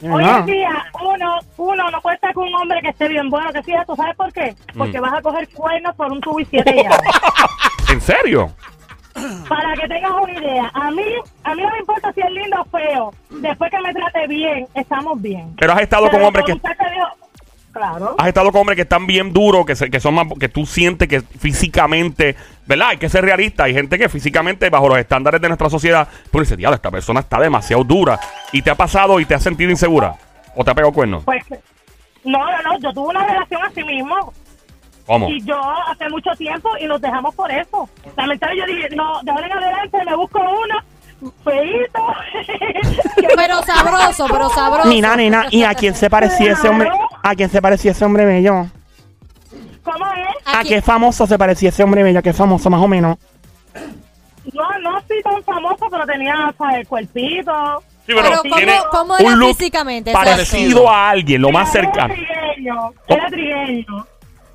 [SPEAKER 10] Hoy
[SPEAKER 5] Ajá.
[SPEAKER 10] en día, uno, uno no puede estar con un hombre que esté bien bueno, que sea, ¿tú sabes por qué?
[SPEAKER 1] Mm.
[SPEAKER 10] Porque vas a coger cuernos por un tubo y siete llaves.
[SPEAKER 1] ¿En serio?
[SPEAKER 10] Para que tengas una idea, a mí, a mí no me importa si es lindo o feo. Después que me trate bien, estamos bien.
[SPEAKER 1] Pero has estado con
[SPEAKER 10] Pero
[SPEAKER 1] hombres que...
[SPEAKER 10] esta muchacha dijo, Claro.
[SPEAKER 1] Has estado con hombres que están bien duros, que, se- que son más, que tú sientes que físicamente, ¿verdad? Hay que ser realista. Hay gente que físicamente, bajo los estándares de nuestra sociedad, tú dices, diablo, esta persona está demasiado dura. Y te ha pasado y te has sentido insegura. O te ha pegado cuerno.
[SPEAKER 10] Pues, no, no, no, yo tuve una relación así mismo.
[SPEAKER 1] ¿Cómo?
[SPEAKER 10] Y yo hace mucho tiempo y nos dejamos por eso. Lamentable, yo dije, no, de ahora en adelante me busco uno feíto.
[SPEAKER 4] Pero sabroso, pero sabroso.
[SPEAKER 5] Mira, nena, ¿y a quién se parecía ese hombre?
[SPEAKER 10] Claro.
[SPEAKER 5] ¿A quién se parecía ese hombre bello?
[SPEAKER 10] ¿Cómo es?
[SPEAKER 5] ¿A
[SPEAKER 4] Aquí-
[SPEAKER 5] qué famoso se parecía ese hombre bello? ¿A qué famoso más o menos?
[SPEAKER 10] No, no soy tan famoso, pero tenía, ¿sabes? Cuerpito.
[SPEAKER 1] Sí,
[SPEAKER 4] Pero ¿cómo- cómo era físicamente? Exacto.
[SPEAKER 1] parecido a alguien, lo más cercano.
[SPEAKER 10] Era trigueño, era trigueño.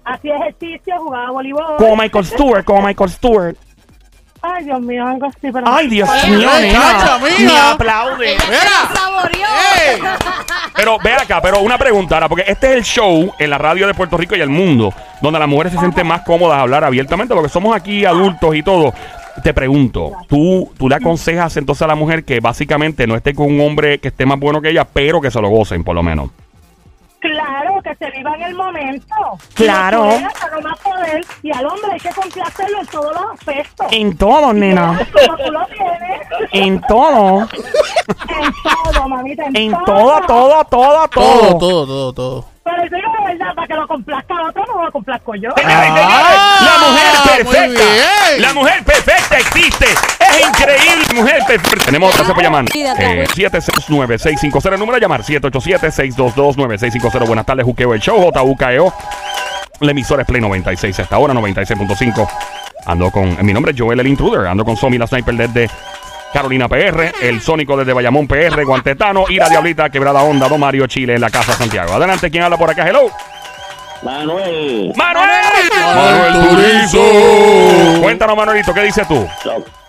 [SPEAKER 10] Hacía ejercicio, jugaba voleibol.
[SPEAKER 5] Como Michael Stewart, como Michael Stewart.
[SPEAKER 10] Ay, Dios mío, algo así, pero...
[SPEAKER 5] Ay, Dios mío,
[SPEAKER 3] Ay,
[SPEAKER 5] nena.
[SPEAKER 3] chacha, mija.
[SPEAKER 5] Me aplaude.
[SPEAKER 4] Ella se
[SPEAKER 3] Mira.
[SPEAKER 4] lo saboreó.
[SPEAKER 3] ¡Ey!
[SPEAKER 1] Pero ve acá, pero una pregunta ahora, porque este es el show en la radio de Puerto Rico y el mundo, donde las mujeres se sienten más cómodas a hablar abiertamente, porque somos aquí adultos y todo. Te pregunto, ¿tú, ¿tú le aconsejas entonces a la mujer que básicamente no esté con un hombre que esté más bueno que ella, pero que se lo gocen por lo menos?
[SPEAKER 10] Claro, que se viva en el momento.
[SPEAKER 5] Claro.
[SPEAKER 10] Y a lo más poder, y al hombre hay que complacerlo en todos los aspectos.
[SPEAKER 5] En todo, nena.
[SPEAKER 10] Como tú lo tienes.
[SPEAKER 5] En todo.
[SPEAKER 10] En todo, mamita. En,
[SPEAKER 5] En todo, todo, todo,
[SPEAKER 3] Todo,
[SPEAKER 5] todo.
[SPEAKER 3] todo, todo, todo.
[SPEAKER 10] Pero yo digo la verdad, para que lo complazca a otro, no lo complazco yo.
[SPEAKER 1] Señoras y señores,
[SPEAKER 3] Ah,
[SPEAKER 1] la mujer
[SPEAKER 3] muy
[SPEAKER 1] perfecta.
[SPEAKER 3] bien.
[SPEAKER 1] La mujer perfecta existe. Es es increíble, mujer. Te- Tenemos gracias por llamar.
[SPEAKER 4] Cuídate.
[SPEAKER 1] Eh, 769-650, el número a llamar. 787-622-9650. Buenas tardes, Juqueo el Show, JUKEO. E La emisora es Play 96 hasta ahora, 96.5. Ando con. Mi nombre es Joel el Intruder. Ando con Somi la Sniper desde Carolina PR, el Sónico desde Bayamón PR, Guantetano y la Diablita Quebrada Onda, Don Mario Chile en la Casa Santiago. Adelante, ¿quién habla por acá? Hello.
[SPEAKER 10] Manuel,
[SPEAKER 1] ¡Manuel!
[SPEAKER 3] Manuel Turizo.
[SPEAKER 1] Cuéntanos, Manuelito, ¿qué dices tú?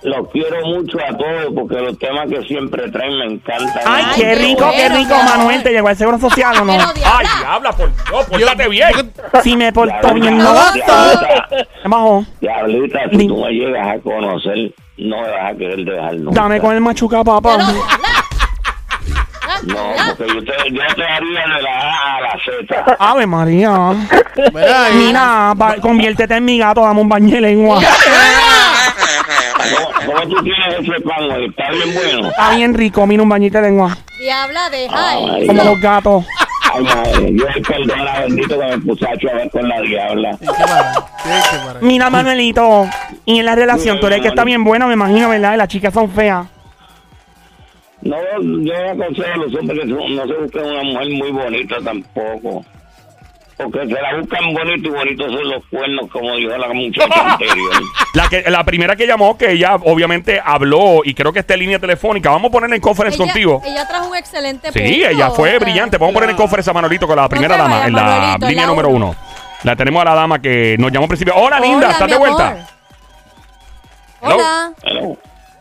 [SPEAKER 10] los quiero mucho a todos porque los temas que siempre traen me encantan.
[SPEAKER 5] Ay, qué
[SPEAKER 4] qué
[SPEAKER 5] rico, qué
[SPEAKER 4] bueno,
[SPEAKER 5] rico,
[SPEAKER 4] mi amor.
[SPEAKER 5] Manuel. Te llegó el seguro social o
[SPEAKER 4] Pero
[SPEAKER 5] no.
[SPEAKER 1] Ay,
[SPEAKER 4] diabla,
[SPEAKER 1] habla por Dios, pórtate bien.
[SPEAKER 5] Si me porto bien, no.
[SPEAKER 10] Diablita,
[SPEAKER 5] ¿Qué pasó?
[SPEAKER 10] Diablita, si tú me llegas a conocer, no me vas a querer dejar nunca.
[SPEAKER 5] Dame con el machuca,
[SPEAKER 4] pero
[SPEAKER 5] papá.
[SPEAKER 10] No,
[SPEAKER 4] diabla.
[SPEAKER 10] porque yo te, yo te haría de la A a la Z.
[SPEAKER 5] Ave María.
[SPEAKER 3] Mira, y-
[SPEAKER 5] Mira, pa- conviértete en mi gato, dame un baño de lengua.
[SPEAKER 10] ¿Cómo, cómo tú tienes ese pan hoy? ¿Está bien bueno?
[SPEAKER 5] Está bien rico, mira un bañito de lengua.
[SPEAKER 4] Diabla,
[SPEAKER 1] Ah,
[SPEAKER 4] deja
[SPEAKER 10] Ay,
[SPEAKER 5] Como
[SPEAKER 4] eso.
[SPEAKER 5] los gatos.
[SPEAKER 10] Ay, madre, yo perdona, bendito que me pusacho a ver con la diabla.
[SPEAKER 3] Qué maravilla, qué maravilla.
[SPEAKER 5] Mira, Manuelito. Y en la relación, tú eres que está bien buena, me imagino, ¿verdad? Y las chicas son feas.
[SPEAKER 10] No, yo aconsejo a los hombres que son- no se busquen una mujer muy bonita tampoco. Porque se la buscan bonito y bonitos son los cuernos, como dijo la muchacha anterior.
[SPEAKER 1] La, que, la primera que llamó, que ella obviamente habló y creo que está en línea telefónica. Vamos a ponerla en conference
[SPEAKER 4] Ella,
[SPEAKER 1] contigo.
[SPEAKER 4] ella trajo un excelente punto.
[SPEAKER 1] Sí, ella
[SPEAKER 4] o
[SPEAKER 1] fue
[SPEAKER 4] sea,
[SPEAKER 1] brillante. Vamos a poner en conference a Manolito con la primera
[SPEAKER 4] te
[SPEAKER 1] dama,
[SPEAKER 4] vayas,
[SPEAKER 1] en la
[SPEAKER 4] Manolito,
[SPEAKER 1] línea
[SPEAKER 4] la
[SPEAKER 1] número
[SPEAKER 4] uno.
[SPEAKER 1] uno. La tenemos a la dama que nos llamó al principio. Hola, linda,
[SPEAKER 4] Hola,
[SPEAKER 1] ¿estás
[SPEAKER 4] mi
[SPEAKER 1] de vuelta?
[SPEAKER 4] amor. Hola.
[SPEAKER 10] Pero,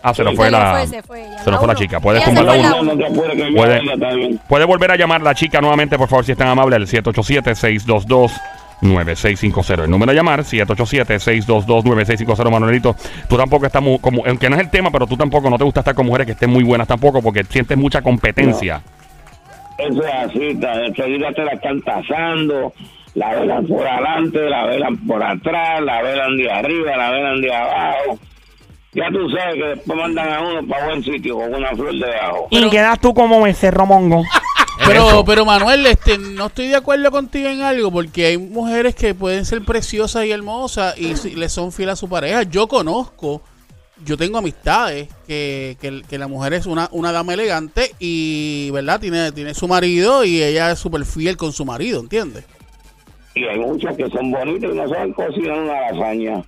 [SPEAKER 1] Ah, se nos
[SPEAKER 10] Sí,
[SPEAKER 1] fue
[SPEAKER 4] Se
[SPEAKER 1] la.
[SPEAKER 4] fue, se fue, ya
[SPEAKER 1] se nos fue la
[SPEAKER 4] uno.
[SPEAKER 1] chica. Puedes
[SPEAKER 4] Ella se
[SPEAKER 1] comprar
[SPEAKER 4] fue
[SPEAKER 1] la
[SPEAKER 4] la
[SPEAKER 1] uno.
[SPEAKER 10] no, no te apures que
[SPEAKER 1] Puede-
[SPEAKER 10] ya ya está bien.
[SPEAKER 1] Puede volver a llamar la chica nuevamente, por favor, si es tan amable, el 787-622-9650. El número a llamar, 787-622-9650, Manuelito. Tú tampoco estás mu- como, aunque no es el tema, pero tú tampoco no te gusta estar con mujeres que estén muy buenas tampoco, porque sientes mucha competencia.
[SPEAKER 10] Eso es así, ta- enseguida te la están tasando, la velan por adelante, la velan por atrás, la velan de arriba, la velan de abajo. Ya tú sabes que después mandan a uno para buen sitio con una flor de ajo.
[SPEAKER 5] Y quedas tú como becerro mongo.
[SPEAKER 1] Eso.
[SPEAKER 3] Pero, pero Manuel, este, no estoy de acuerdo contigo en algo, porque hay mujeres que pueden ser preciosas y hermosas y si- le son fieles a su pareja. Yo conozco, yo tengo amistades que, que- que la mujer es una, una dama elegante y, ¿verdad? Tiene, tiene su marido y ella es súper fiel con su marido, ¿entiendes?
[SPEAKER 10] Y hay muchas que son bonitas y no saben cocinar una lasaña.